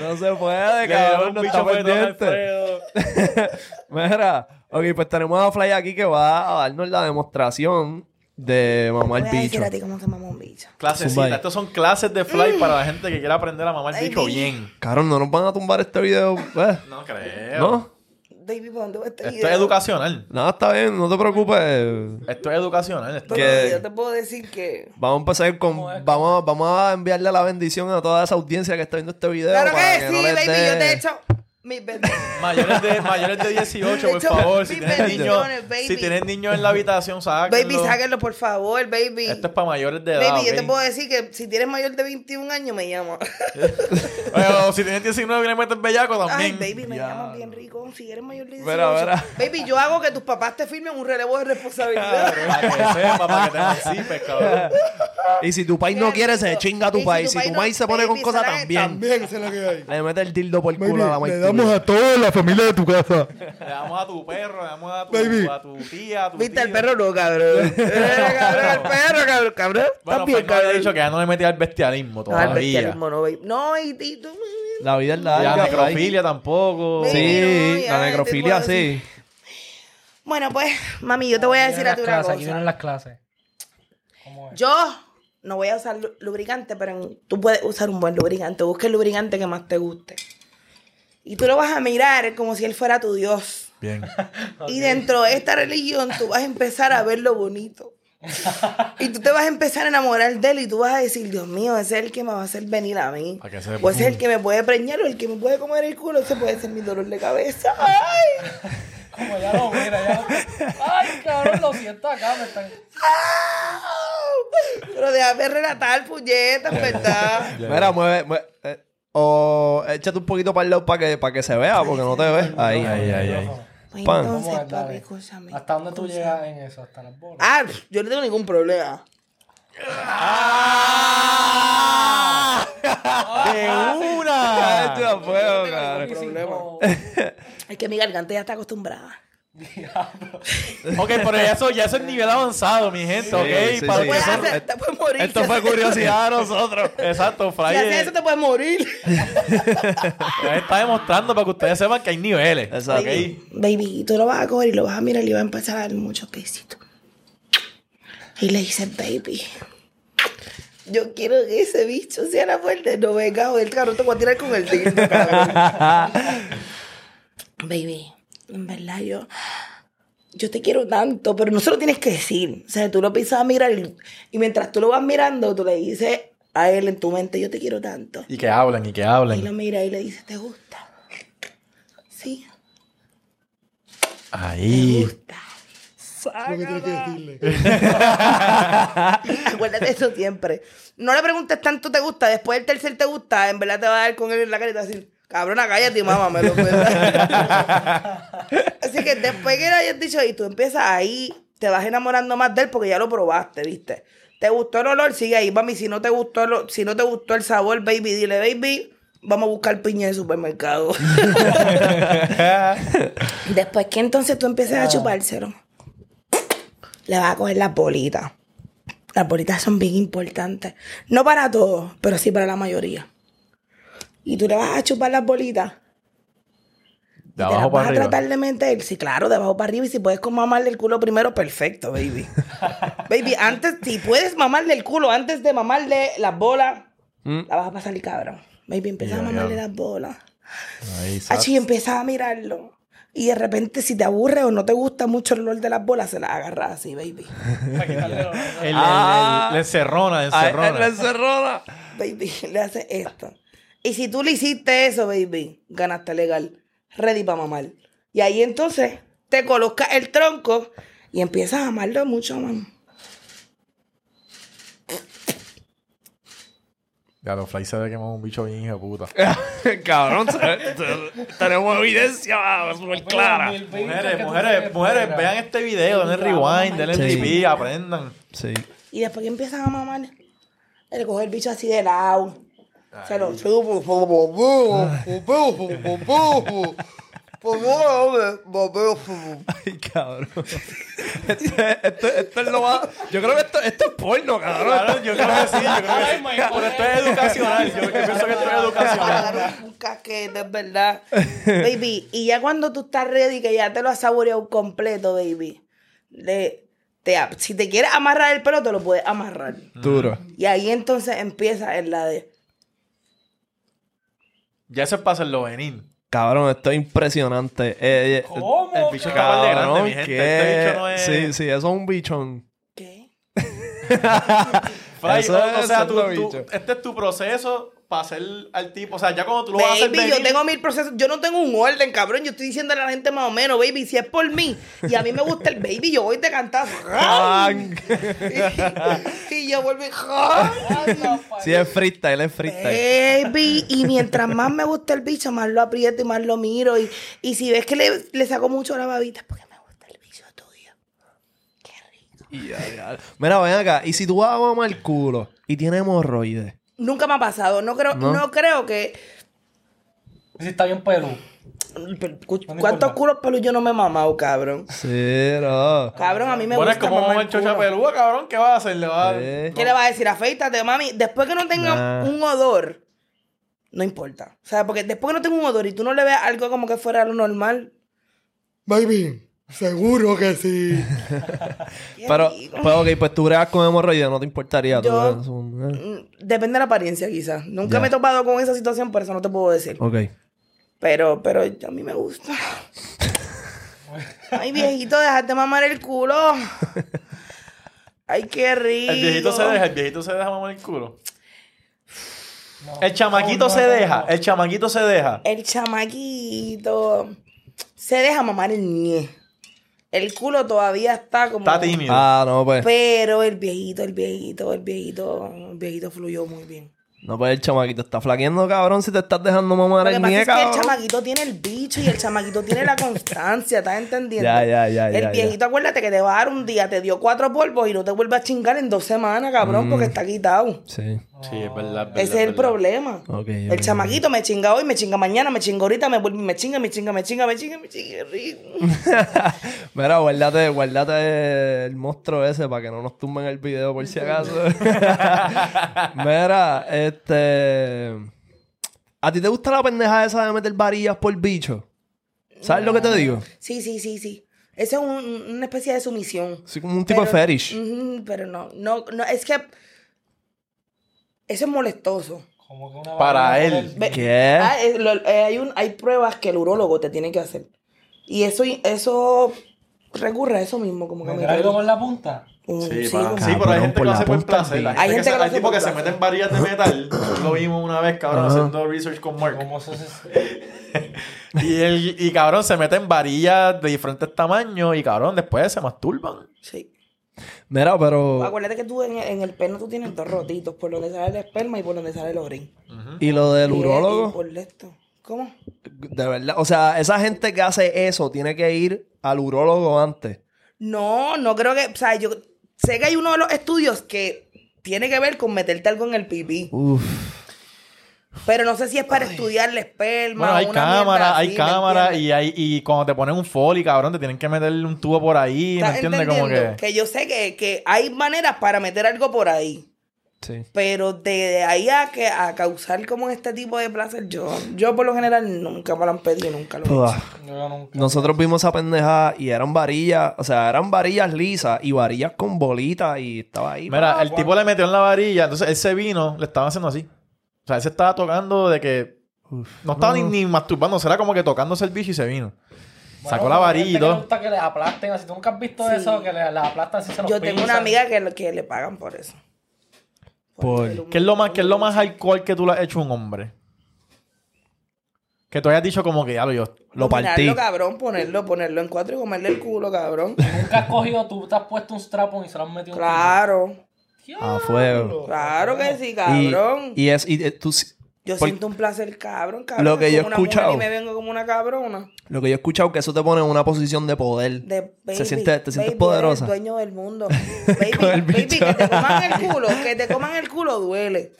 No se puede,
Le dieron
cabrón,
un
no
bicho
está
fetón,
pendiente.
Alfredo.
Mira, ok, pues tenemos a Fly aquí que va a darnos la demostración de mamar
Voy a
bicho.
decir a ti cómo se mamó un bicho.
Zumba.
Clasecita. Estos son clases de fly para la gente que quiera aprender a mamar
Mm. Ay,
bicho
mi-
bien.
Cabrón, no nos van a tumbar este video, eh.
No creo.
¿no?
Baby, ¿por dónde va este
Esto
video?
es educacional.
Nada, está bien, no te preocupes.
Esto es educacional. Esto
Pero
que-
yo te puedo decir que...
Vamos a empezar con. Vamos, a- vamos a enviarle la bendición a toda esa audiencia que está viendo este video.
Claro
para
que, sí,
no les
baby,
dé-
yo te he hecho mis bendiciones.
Mayores de, mayores de 18,
De
por
hecho,
favor. Si
mis
tienen, niños,
bendiciones, baby.
si tienen niños en la habitación, sáquenlo.
baby, sáquenlo, por favor, baby.
Esto es para mayores de edad.
Baby, yo te
ok.
puedo decir que si tienes mayor de 21 años, me llama.
Oye, o si tienen 19 y le meten bellaco
Ay,
también.
baby, me
Ya.
llamas bien rico. Si eres mayor de 18.
Mira, mira.
Baby, yo hago que tus papás te firmen un relevo de responsabilidad.
Para que sepa, para que te emancipes, cabrón.
Y si tu país no quiere, se chinga a tu
Y si
país.
tu
Si tu
país
país
no-
se pone con
baby,
cosas
¿sabes?
también.
También esa es la que hay.
Le mete el dildo por
Baby,
culo a la
le
maestría.
damos a toda la familia de tu casa.
Le damos a tu perro, le damos a tu,
Baby.
a tu tía, a tu
Viste,
tío.
el perro no, cabrón. Era cabrón, el perro, cabrón. Cabrón,
Bueno,
también,
Fernando había
cabrón.
dicho que ya no le metía al bestialismo
No,
todavía.
el bestialismo no, baby. No, y, y tú...
La vida es
Y
larga.
la
Fly.
necrofilia tampoco.
Sí. no,
Sí,
ya,
la
te
necrofilia,
puedo
sí.
decir. Bueno, pues, mami, yo te voy a decir a ti una
Aquí
cosa.
vienen las clases. ¿Cómo es?
Yo no voy a usar lu- lubricante, pero en- tú puedes usar un buen lubricante. Busca el lubricante que más te guste. Y tú lo vas a mirar como si él fuera tu Dios.
Bien.
Y dentro de esta religión tú vas a empezar a ver lo bonito. Y tú te vas a empezar a enamorar de él y tú vas a decir, Dios mío, ese es el que me va a hacer venir a mí.
Para que se-
O ese es el que me puede preñar o el que me puede comer el culo. Ese puede ser mi dolor de cabeza. ¡Ay!
Como ya lo mira, ya. Ay, cabrón, lo siento acá, me están.
Pero déjame relatar, puñetas, ¿verdad?
Mira, mueve. mueve, eh, o échate un poquito para el lado para que, para que se vea, porque no te ves. Ahí, ahí, ahí. ahí.
Pues
Pan.
entonces,
Vamos a darle.
papi, escúchame.
¿Hasta dónde tú llegas en eso? Hasta las bolas.
Ah, pf, yo no tengo ningún problema.
¡Ah! ¡De una!
Esto es fuego, este cabrón.
Como-
Es que mi garganta ya está acostumbrada.
ok, pero ya eso, ya eso es nivel avanzado, mi gente, ok.
sí,
Te
sí.
para que
puedes,
eso-
hacer- te puedes morir.
Esto
Si
fue
haces-
curiosidad a nosotros.
Exacto,
Si
Fry
haces
eh,
eso, te puedes morir.
ya está demostrando para que ustedes sepan que hay niveles.
Exacto.
ok.
Baby, tú lo vas a coger y lo vas a mirar y le vas a empezar a dar muchos besitos. Y le dices, baby, yo quiero que ese bicho sea la fuerte. No venga, joder, cabrón, te voy a tirar con el dedo, cabrón. baby, en verdad yo... Yo te quiero tanto, pero no se lo tienes que decir. O sea, tú lo empiezas a mirar y, y mientras tú lo vas mirando, tú le dices a él en tu mente, yo te quiero tanto.
Y que hablan, y que
Y lo
hablan.
mira y le dice, ¿te gusta? Sí,
Ahí.
Lo que tienes que decirle.
Acuérdate de eso siempre. No le preguntes tanto te gusta, después del tercer te gusta, en verdad te va a dar con él en la carita así, cabrona, cállate y mámamelo. ¿verdad?". así que después que le hayas dicho y tú empiezas ahí, te vas enamorando más de él porque ya lo probaste, ¿viste? ¿Te gustó el olor? Sigue ahí, mami. Si no te gustó el, si no te gustó el sabor, baby, dile, baby, vamos a buscar piña en el supermercado. Después que entonces tú empieces a chupárselo, le vas a coger las bolitas. Las bolitas son bien importantes. No para todos, pero sí para la mayoría. Y tú le vas a chupar las bolitas. y
De
te las
abajo
vas
para
a
arriba.
tratar de meter. Sí, claro, de abajo para arriba. Y si puedes con mamarle el culo primero, perfecto, baby. baby, antes, si puedes mamarle el culo antes de mamarle las bolas, la vas a pasar el cabrón. Baby, empieza a
Mm. Ya, ya.
mamarle las bolas.
Ahí, sa-
Achi, empiezas a mirarlo. Y de repente, si te aburre o no te gusta mucho el olor de las bolas, se las agarras así, baby.
el, el,
Ah.
el- la encerrona, Ah, la
Ay,
encerrona.
la encerrona.
Baby, le haces esto. Y si tú le hiciste eso, baby, ganaste legal. Ready para mamar. Y ahí entonces te colocas el tronco y empiezas a amarlo mucho, man.
Ya, los fly se ve que es un bicho bien hijo de puta.
Cabrón, se- se- tenemos evidencia súper clara.
Mujeres, mujeres, mujeres, vean este video, denle rewind, denle
Sí.
repeat, aprendan.
Sí.
Y después que empiezan a mamar, le coge el bicho así de lado. Se lo chupo. fu- fu- fu- fu- fu- fu- fu- fu- fu- fu- fu- fu-
Ay, cabrón. Esto, es- esto, esto es lo más. Yo creo que esto, esto es porno, cabrón.
Claro, yo creo que sí, yo creo que sí. Pero esto es educacional, yo creo que pienso que esto es educacional.
Claro, un casquete, es verdad. Baby, y ya cuando tú estás ready, que ya te lo has saboreado completo, baby. le- te, si te quieres amarrar el pelo, te lo puedes amarrar.
Duro.
Y ahí entonces empieza en la de.
Ya eso es para hacerlo venir.
Cabrón, esto es impresionante. Eh, eh,
¿Cómo?
El bicho está mal Oh, de grande,
Cabrón,
mi gente.
¿qué?
Este bicho no es...
Sí, sí, eso es un bichón.
¿Qué?
Fly,
Eso
o, o
es
sea, tú,
hacerlo
tú-
bicho.
este es tu proceso para hacer al tipo. O sea, ya cuando tú lo vas a hacer
Baby,
venir...
yo tengo mil procesos. Yo no tengo un orden, cabrón. Yo estoy diciéndole a la gente más o menos, baby, si es por mí y a mí me gusta el baby, yo voy de cantar. y, y yo vuelvo y.
Sí, es freestyle, es
Eh.
freestyle.
Baby, y mientras más me gusta el bicho, más lo aprieto y más lo miro. Y, y si ves que le, le saco mucho la babita, es porque me gusta el bicho tuyo. Qué rico.
Y ya, ya. Mira, ven acá. Y si tú vas a mamar el culo y tienes hemorroides.
Nunca me ha pasado. No creo,
No.
no, creo que.
Si está bien pelu.
pero, cu-
No me
¿Cuántos
importa.
culos pelú yo no me he mamado, cabrón?
Sí, no.
Cabrón, a mí me
Bueno, es
gusta.
como
mamar
mamá
culo.
pues,
chocha pelúa, cabrón. ¿Qué vas a hacer? Le vas a...
Sí.
¿Qué le vas a decir? Afeítate, mami. Después que no tenga
Nah.
un odor, no importa. O sea, porque después que no tenga un odor y tú no le veas algo como que fuera lo normal.
Baby, seguro que sí.
qué
Pero,
rico.
pues, ok, pues tú bregas con hemorroides, no te importaría. tú
Yo-
bregas con- eh.
Mm, Depende de la apariencia, quizás. Nunca
Ya.
me he topado con esa situación, por eso no te puedo decir.
Ok.
Pero, pero a mí me gusta. Ay, viejito, déjate mamar el culo. Ay, qué rico.
El viejito se deja, el viejito se deja mamar el culo. El chamaquito se deja, el chamaquito se deja.
El chamaquito se deja mamar el ñe. El culo todavía está como.
Está tímido.
Ah, no, pues.
Pero el viejito, el viejito, el viejito, el viejito fluyó muy bien.
No, pues el chamaquito está flaqueando, cabrón, si te estás dejando mamar
Lo que
el
pasa
nie,
es que el
cabrón.
chamaquito tiene el bicho y el chamaquito tiene la constancia, ¿estás entendiendo?
Ya, ya, ya,
El
ya,
viejito, acuérdate que te va a dar un día, te dio cuatro polvos y no te vuelvas a chingar en dos semanas, cabrón,
Mm.
porque está quitado.
Sí.
Sí, es verdad. verdad,
Ese es el
verdad.
problema.
Ok, ok.
El chamaquito me chinga hoy, me chinga mañana, me chinga ahorita, me vuelve, y me chinga, me chinga, me chinga, me chinga, me chinga, rico.
Mira, guárdate, guárdate el monstruo ese para que no nos tumben el video por si acaso. Mira, este. ¿A ti te gusta la pendeja esa de meter varillas por bicho? ¿Sabes lo que te digo?
Sí, sí, sí, sí. Esa es un- una especie de sumisión.
Soy como un tipo
Pero-
de fetish.
Ujú, pero no, no, no, es que eso es molestoso.
Como que una
Para
vagina
él.
con el-
Ve-
¿Qué?
Ah, eh, lo- eh, hay, un, hay pruebas que el urólogo te tiene que hacer. Y eso, eso recurre a eso mismo, como que
¿Me
me
traigo con la punta?
Mm,
Sí,
sí,
pa.
como-
Sí, pero hay gente que
Ah, por
lo
la
hace por
punta
placer.
del
Hay,
dedo. Hay
gente que,
lo
hay
hace
tipos
por
que se
placer.
meten varillas de metal. lo vimos una vez, cabrón, haciendo research con Mark.
Como eso se...
Y, el, y cabrón, se meten varillas de diferentes tamaños y cabrón, después se masturban.
sí.
Mira, pero.
Acuérdate que tú en, el- en el pene tú tienes dos rotitos, por donde sale el esperma y por donde sale el orín.
¿Y lo del
Y- y
urólogo?
por esto. ¿Cómo?
De verdad. O sea, esa gente que hace eso tiene que ir al urólogo antes.
No, no creo que, o sea, yo sé que hay uno de los estudios que tiene que ver con meterte algo en el pipí,
Uf.
pero no sé si es para estudiar el esperma.
Bueno,
o
hay
una mierda
cámaras, hay
así, ¿me
cámaras
entiendes?
y, hay, y cuando te ponen un folly, cabrón, te tienen que meter un tubo por ahí. ¿Me
¿Estás
entiendes? Como que.
entendiendo? yo sé que, que hay maneras para meter algo por ahí.
Sí.
Pero de, de ahí a que a causar como este tipo de placer, yo, yo por lo general nunca me lo han pedido, nunca lo he hecho.
Uf.
Yo nunca.
Nosotros vimos esa pendeja y eran varillas, o sea, eran varillas lisas y varillas con bolitas y estaba ahí.
Ah,
Ah,
Mira, el tipo le metió en la varilla, entonces él se vino, le estaban haciendo así. O sea, él se estaba tocando de que. No estaba Ni, ni masturbándose, era como que tocándose el bicho y se vino. Sacó la varilla y
Me
todo.
gusta que les aplasten así. ¿Tú nunca has visto
Sí.
eso? Que le- las aplastan así se los
Yo tengo una
pisan.
amiga que, lo- que le pagan por eso.
Por-
el-
¿Qué es lo más, qué es lo más alcohol que tú le has hecho a un hombre? Que tú hayas dicho como que ya lo yo lo partí.
Combinarlo, cabrón, ponerlo, ponerlo en cuatro y comerle el culo, cabrón.
Nunca has cogido, tú te has puesto un strapón y se lo has metido. en tu-
claro.
A fuego.
Claro que sí,
Y-
cabrón.
Y, es, y eh, tú si-
yo
por-
siento un placer, cabrón, cabrón.
Lo que
como
yo he
una mujer
escuchado.
Y me vengo como una cabrona.
lo que yo he escuchado que eso te pone en una posición de poder.
De,
Se
baby,
siente, te sientes
baby,
poderosa.
Eres el dueño del mundo. Baby,
Con el
baby,
bicho.
que te coman el culo, que te coman el culo duele.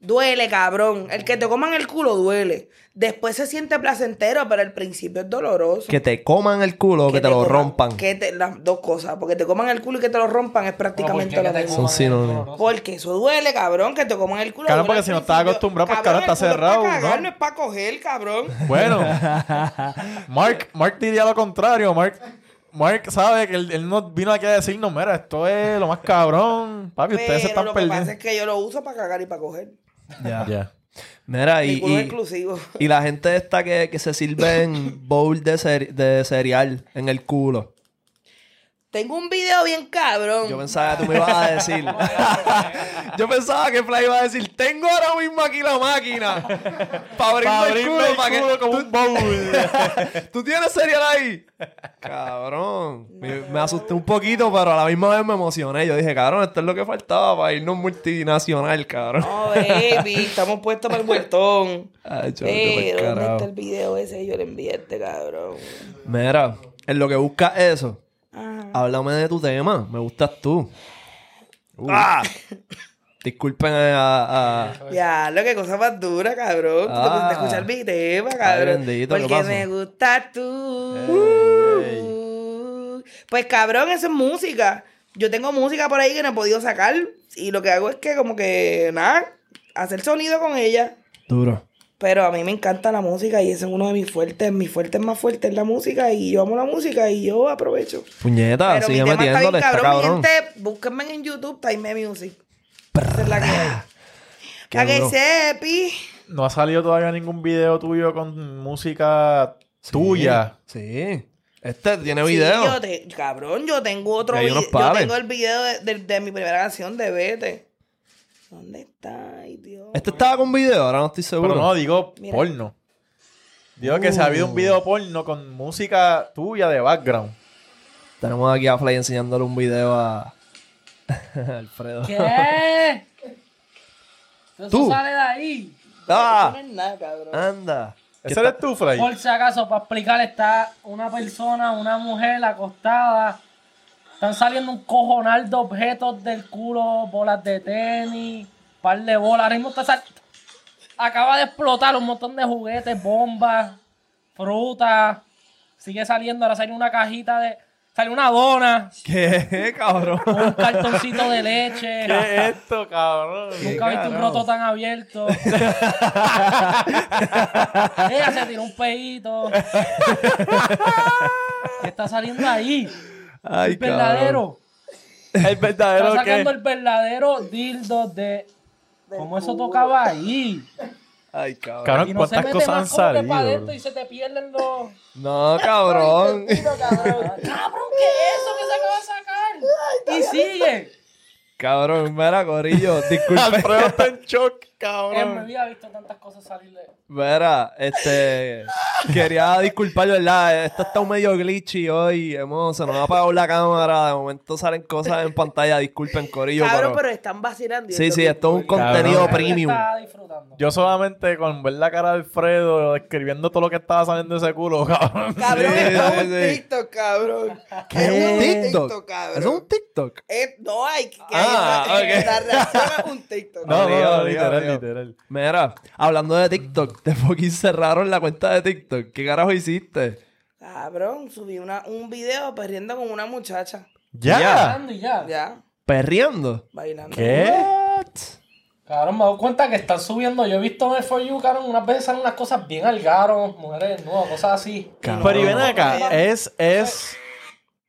Duele, cabrón. El que te coman el culo duele. Después se siente placentero, pero al principio es doloroso.
Que te coman el culo o que, te, lo
coman-
rompan.
Que te, las dos cosas. Porque te coman el culo y que te lo rompan es prácticamente lo mismo.
Son sinónimos.
Porque eso duele, cabrón, que te coman el culo.
Cabrón,
duele
porque
al
si no estás
principio.
acostumbrado, pues, cabrón, está
el culo es pa'
cerrado,
cagar,
¿no?
no es para coger, cabrón.
Bueno, Mark, Mark diría lo contrario. Mark, Mark sabe que él, él no vino aquí a decirnos, mira, esto es lo más cabrón. Papi,
Pero
ustedes se están
lo que
perdiendo.
pasa es que yo lo uso para cagar y para coger.
Ya.
Mira,
Mi
y,
culo es
y-
exclusivo.
y la gente esta que, que se sirve en bowl de, cer- de cereal en el culo.
Tengo un video bien cabrón.
Yo pensaba que tú me ibas a decir. Yo pensaba que Fly iba a decir, tengo ahora mismo aquí la máquina. Para abrirme,
Para
el culo,
abrirme
para
el culo
que...
como un bowl.
¿Tú tienes cereal ahí? Cabrón. Me, me asusté un poquito, pero a la misma vez me emocioné. Yo dije, cabrón, esto es lo que faltaba para irnos multinacional, cabrón.
No, baby, estamos puestos para el vueltón.
Ay, chaval, qué mal
Pero, ¿dónde
pues, carajo.
está el video ese que yo le envié a este cabrón?
Mira, en lo que buscas eso, Ah.
Ajá.
háblame de tu tema. Me gustas tú. ¡Ah! Disculpen a- a,
Ya, lo que cosa más dura, cabrón. Tú te
Ah.
pusiste a escuchar mi tema, cabrón.
Ay, bendito, ¿qué
porque
pasó?
me gusta tú. Pues cabrón, eso es música. Yo tengo música por ahí que no he podido sacar. Y lo que hago es que como que nada, hacer sonido con ella.
Duro.
Pero a mí me encanta la música y ese es uno de mis fuertes. Mi fuerte es más fuerte es la música y yo amo la música y yo aprovecho.
Puñeta,
Pero mi
sigue
tema está bien
Ah, metiéndole, está
cabrón.
cabrón.
Mi gente, búsquenme en YouTube, Time Music. Esa es la que hay.
Qué
Pa' que
duro.
sepi.
No ha salido todavía ningún video tuyo con música tuya.
Sí. Este tiene
Sí,
video.
yo te- cabrón, yo tengo otro
Y hay
video. Yo
unos pares.
tengo el video de, de- de mi primera canción de Vete. ¿Dónde está? Ay, Dios.
Este estaba con video, ahora no estoy seguro.
Pero no, digo
Mira.
porno. Digo que se ha
Uh.
habido un video porno con música tuya de background.
Tenemos aquí a Fly enseñándole un video a Alfredo.
¿Qué? Eso
Tú.
sale de ahí.
Eso no
¡Ah!
es nada, cabrón.
Anda.
¿Ese eres tú, Fray?
Por si acaso, para explicar, está una persona, una mujer acostada. Están saliendo un cojonal de objetos del culo, bolas de tenis, par de bolas. Ahora mismo está sal- Acaba de explotar un montón de juguetes, bombas, fruta. Sigue saliendo, ahora sale una cajita de... Sale una dona,
¿Qué, cabrón?
un cartoncito de leche.
¿Qué es esto, cabrón?
Nunca he visto un roto tan abierto. Ella se tiró un peito. ¿Qué está saliendo ahí?
Ay,
el verdadero.
El
Está
verdadero
sacando
que...
el verdadero dildo de. ¿Cómo eso tocaba ahí?
Ay, cabrón.
Y
Cabrón,
no se
Ah, ¿cuántas
mete
cosas han
más como que para
salido?
adentro
bro?
y se te pierden los.
No, cabrón.
Cabrón, ¿qué es eso que se acaba de sacar? Y sigue.
cabrón, mira, Corillo. Disculpe.
Alfredo está en shock,
En mi
cabrón.
vida he visto tantas cosas salir de.
Mira, este. quería disculpar, ¿verdad? Esto está un medio glitchy hoy. Hemos, se nos ha apagado la cámara. De momento salen cosas en pantalla. Disculpen, Corillo.
cabrón,
pero-
pero están vacilando. y
Sí,
esto
sí,
es
esto es un
cool.
contenido
Cabrón.
premium.
Está disfrutando.
Yo solamente con ver la cara de Alfredo escribiendo todo lo que estaba saliendo de ese culo, cabrón.
Cabrón,
Sí,
esto es
sí,
un
sí.
TikTok, cabrón.
¿Qué?
Es un
TikTok?
TikTok, cabrón.
¿Es un TikTok?
Eh, no hay que
Ah,
hay una-
ok.
la reacción es un TikTok.
No, no,
Arriba,
no,
arriba,
literal,
arriba.
literal.
Mira, hablando de TikTok, te fucking cerraron la cuenta de TikTok. ¿Qué carajo hiciste?
Cabrón, subí una, un video perdiendo con una muchacha.
¡Ya!
Bailando y ya.
Ya,
¿Perreando? ¿Eh?
bailando.
¿Qué?
Cabrón, me doy cuenta que están subiendo. Yo he visto en el For You, cabrón, unas veces salen unas cosas bien al garo, mujeres nuevas, cosas así.
Pero y ven acá, es, es...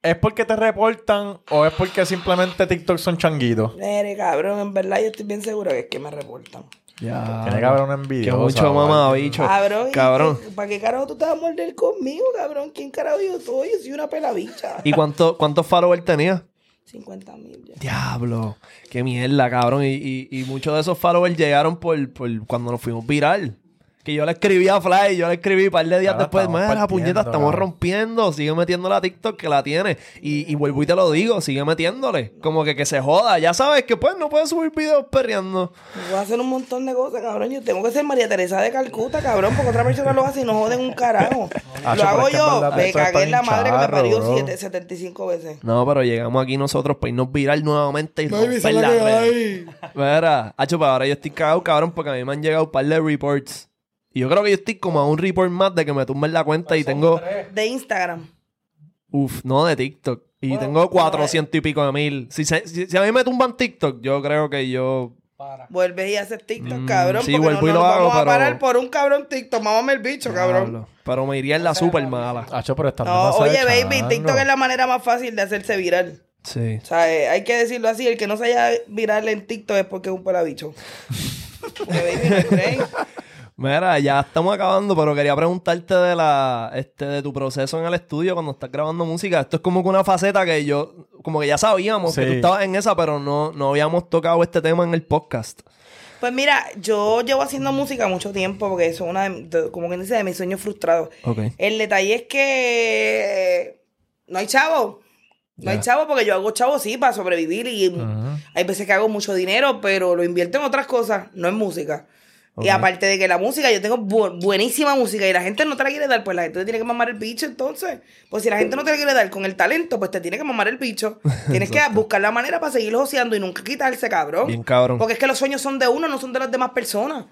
¿Es porque te reportan o es porque simplemente TikTok son changuitos?
Mire, cabrón, en verdad yo estoy bien seguro que es que me reportan.
Ya.
Tiene que haber una
Qué
envidia.
mucho mamá, bicho.
Cabrón. ¿y
Cabrón.
qué- ¿Para qué carajo tú te vas a morder conmigo, cabrón? ¿Quién carajo yo soy? Yo soy una pelabicha.
¿Y cuánto, cuántos followers tenía?
50 mil ya.
Diablo. Qué mierda, cabrón. Y, y- y muchos de esos followers llegaron por, por cuando nos fuimos viral. Que yo le escribí a Fly, yo le escribí un par de días
Claro,
después.
estamos
Mira,
partiendo,
puñeta, estamos
cabrón".
rompiendo. Sigue metiendo la TikTok que la tiene. Y, y vuelvo y te lo digo, sigue metiéndole. Como que, que se joda. Ya sabes que pues no puedes subir videos perreando.
Voy a hacer un montón de cosas, cabrón. Yo tengo que ser María Teresa de Calcuta, cabrón, porque otra persona lo hace y no joden un carajo.
Ah,
lo
pero
hago
es que en
yo.
verdad
Me
eso está
cagué en la
bien
madre que me
charro,
parió
bro.
siete- 75 veces.
No, pero llegamos aquí nosotros para irnos viral nuevamente y
Baby,
romper
esa es la
la
que
red.
hay.
Mira, hacho, para ahora yo estoy cagado, cabrón, porque a mí me han llegado un par de reports. Y yo creo que yo estoy como a un report más de que me tumben la cuenta y tengo...
De Instagram.
Uf, no de TikTok. Y tengo 400 y pico de mil. Si, se- si- si a mí me tumban TikTok, yo creo que yo.
Para.
Vuelves y haces TikTok,
Mm,
cabrón.
sí,
porque no,
vuelvo y
no
lo
nos
hago,
vamos
pero-
a parar por un cabrón TikTok. Mámame el bicho, cabrón.
Diablo. Pero me iría en la super mala.
Hacho, pero esta
No,
mierda sabe
oye, baby,
chango.
TikTok es la manera más fácil de hacerse viral.
Sí.
O sea, eh, hay que decirlo así, el que no se haya viral en TikTok es porque es un pelabicho. Porque, baby, no hay break.
Mira, ya estamos acabando, pero quería preguntarte de la este de tu proceso en el estudio cuando estás grabando música. Esto es como que una faceta que yo, como que ya sabíamos que
Sí.
tú estabas en esa, pero no, no habíamos tocado este tema en el podcast.
Pues mira, yo llevo haciendo música mucho tiempo porque eso es una de, de- como quien dice, de mis sueños frustrados.
Ok.
El detalle es que no hay chavo. No hay chavo porque yo hago chavo sí para sobrevivir y hay veces que hago mucho dinero, pero lo invierto en otras cosas, no en música. Y aparte de que la música, yo tengo bu- buenísima música y la gente no te la quiere dar, pues la gente te tiene que mamar el bicho entonces. Pues si la gente no te la quiere dar con el talento, pues te tiene que mamar el bicho. Tienes que buscar la manera para seguir joseando y nunca quitarse, cabrón.
Bien cabrón.
Porque es que los sueños son de uno, no son de las demás personas.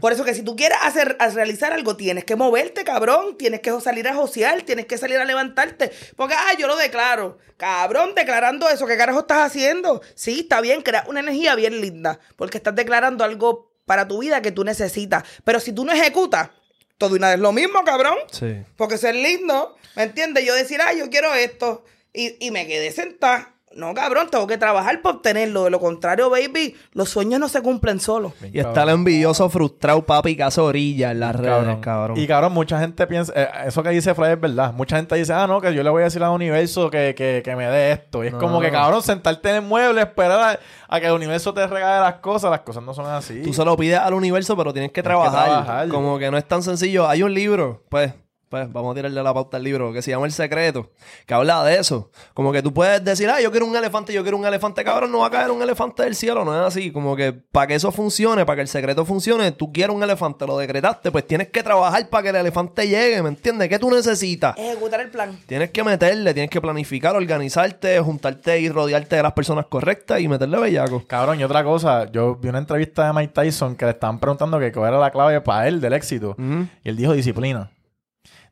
Por eso que si tú quieres hacer, a realizar algo, tienes que moverte, cabrón. Tienes que salir a josear, tienes que salir a levantarte. Porque, ah, yo lo declaro. Cabrón, declarando eso, ¿qué carajo estás haciendo? Sí, está bien, crea una energía bien linda. Porque estás declarando algo para tu vida que tú necesitas. Pero si tú no ejecutas, todo y nada es lo mismo, cabrón.
Sí.
Porque ser lindo, ¿me entiendes? Yo decir, ah, yo quiero esto. Y, y me quedé sentada. No, cabrón, tengo que trabajar para obtenerlo. De lo contrario, baby, los sueños no se cumplen solos.
Y está el envidioso frustrado, papi, que hace orilla en las redes, Eh, cabrón.
Y cabrón, mucha gente piensa, eh, eso que dice Fly es verdad. Mucha gente dice, ah, no, que yo le voy a decir al universo que, que, que me dé esto. Y es como que, cabrón, sentarte en el mueble, esperar a, a que el universo te regale las cosas. Las cosas no son así.
Tú se lo pides al universo, pero tienes que
Tienes que
trabajar.
trabajar.
Como que no es tan sencillo. Hay un libro, pues, pues, vamos a tirarle la pauta al libro, que se llama El Secreto, que habla de eso. Como que tú puedes decir, ah, yo quiero un elefante, yo quiero un elefante, cabrón, no va a caer un elefante del cielo, no es así. Como que para que eso funcione, para que el secreto funcione, tú quieres un elefante, lo decretaste, pues tienes que trabajar para que el elefante llegue, ¿me entiendes? ¿Qué tú necesitas?
Ejecutar el plan.
Tienes que meterle, tienes que planificar, organizarte, juntarte y rodearte de las personas correctas y meterle bellaco.
Cabrón, y otra cosa, yo vi una entrevista de Mike Tyson que le estaban preguntando que cuál era la clave para él del éxito.
Mm.
Y él dijo disciplina.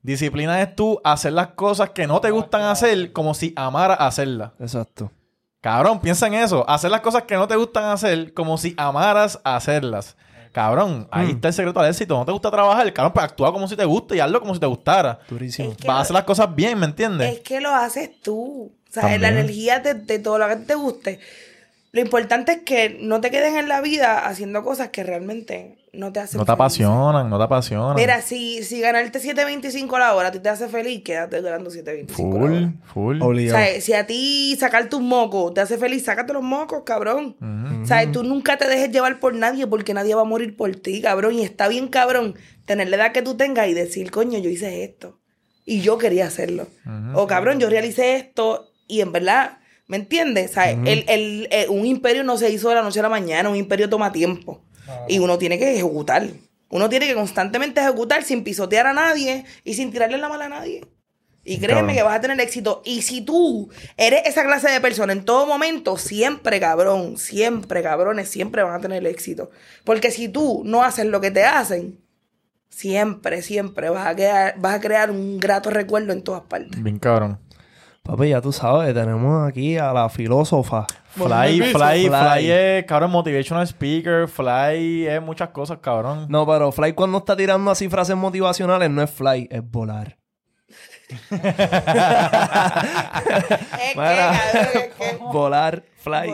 Disciplina es tú hacer las cosas que no te gustan hacer como si amara hacerlas.
Exacto.
Cabrón, piensa en eso. Hacer las cosas que no te gustan hacer como si amaras hacerlas. Cabrón, ahí
Mm.
está el secreto al éxito. No te gusta trabajar, cabrón, pues actúa como si te gusta y hazlo como si te gustara.
Durísimo.
Es que
Vas a
lo-
hacer las cosas bien, ¿me entiendes?
Es que lo haces tú. O sea,
También.
la energía de, de todo lo que te guste. Lo importante es que no te quedes en la vida haciendo cosas que realmente no te hacen
No te
feliz.
apasionan, no te apasionan.
Mira, si, si ganarte 7.25 la hora a ti te hace feliz, quédate ganando 7.25 la
full,
hora.
full.
O
Obligado.
sea, si a ti sacar tus mocos te hace feliz, sácate los mocos, cabrón.
Ujú.
O sea, tú nunca te dejes llevar por nadie porque nadie va a morir por ti, cabrón. Y está bien, cabrón, tener la edad que tú tengas y decir, coño, yo hice esto. Y yo quería hacerlo. O cabrón, yo realicé esto y en verdad, ¿me entiendes? O sea, el, el- eh, un imperio no se hizo de la noche a la mañana, un imperio toma tiempo. Y uno tiene que ejecutar. Uno tiene que constantemente ejecutar sin pisotear a nadie y sin tirarle la mala a nadie. Y créeme
Cabrón.
que vas a tener éxito. Y si tú eres esa clase de persona en todo momento, siempre, cabrón, siempre, cabrones, siempre van a tener éxito. Porque si tú no haces lo que te hacen, siempre, siempre vas a, quedar, vas a crear un grato recuerdo en todas partes.
Bien, cabrón.
Papi, ya tú sabes, tenemos aquí a la filósofa.
Fly, fly,
Mohamed
Rizzo. Fly. eh.
fly es, cabrón, motivational speaker, fly es muchas cosas, cabrón.
No, pero Fly cuando está tirando así frases motivacionales no es Fly, es volar. Mira, volar, Fly.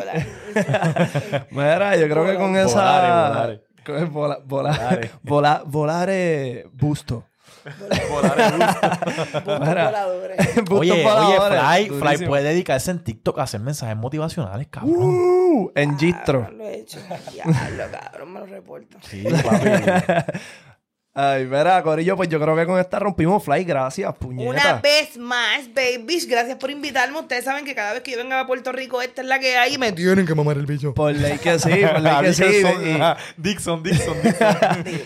Mira, yo creo que con
Volare,
esa...
volare.
con el vola- vola-
Volare.
vola- Volar es busto. Mira, bustos
Oye, oye,
voladores,
Fly, Fly
durísimo.
puede dedicarse en TikTok a hacer mensajes motivacionales, cabrón.
Uh, en Gistro.
Lo he hecho. Diablo, cabrón, me lo reporto.
Sí, papi.
Ay, verá, Corillo, pues yo creo que con esta rompimos fly. Gracias, puñeta.
Una vez más, babies, gracias por invitarme. Ustedes saben que cada vez que yo venga a Puerto Rico, esta es la que hay y me
Tienen que mamar el bicho.
Por ley que sí, por ley que sí.
Ah, Dixon,
y-
ajá, Dixon, Dixon, Dixon.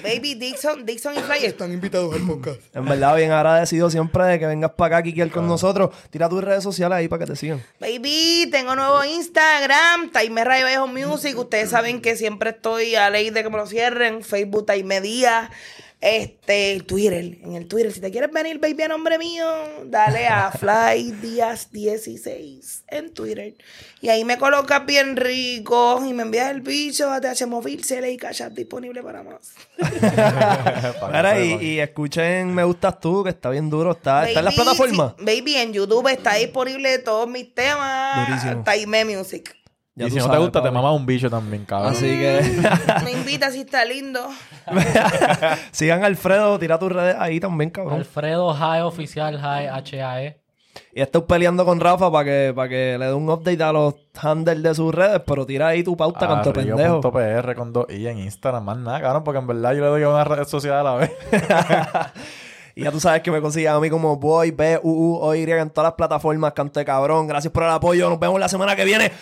Baby Dixon, Dixon y Fly.
Están invitados al podcast.
en verdad, bien agradecido siempre de que vengas para acá a quiquear con nosotros. Tira tus redes sociales ahí para que te sigan.
Baby, tengo nuevo Instagram, Taime Ray Vallejo Music. Ustedes saben que siempre estoy a ley de que me lo cierren. Facebook Taime Díaz. Este, Twitter, en el Twitter. Si te quieres venir, baby, a nombre mío, dale a Fly Díaz 16 en Twitter. Y ahí me colocas bien rico y me envías el bicho a TH Móvil, CLE y Cash App disponible para más.
Mira, y, y escuchen Me Gustas Tú, que está bien duro. Ah, Está, está en las
Baby,
plataformas.
sí, baby, en YouTube está disponible todos mis temas.
Durísimo.
Taime Music.
Ya
y
tú
si no te
sabes,
gusta, te
papi. Ah,
mamas un bicho también, cabrón.
Así que
Me invita si está lindo.
sigan a Alfredo, tira tus redes ahí también, cabrón.
Alfredo Jae Oficial Jae H-A-E.
Y estoy peleando con Rafa para que, para que le dé un update a los handles de sus redes, pero tira ahí tu pauta,
Ah,
canto pendejo.
PR con dos I en Instagram, más nada, cabrón, porque en verdad yo le doy a una red social a la vez.
Y ya tú sabes que me consigues a mí como Boy, B, U, U, O, Y en todas las plataformas, canto de cabrón. Gracias por el apoyo. Nos vemos la semana que viene.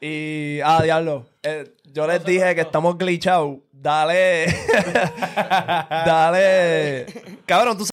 Y, ah, diablo. eh, yo les dije que estamos glitchados. Dale. Dale. Cabrón, tú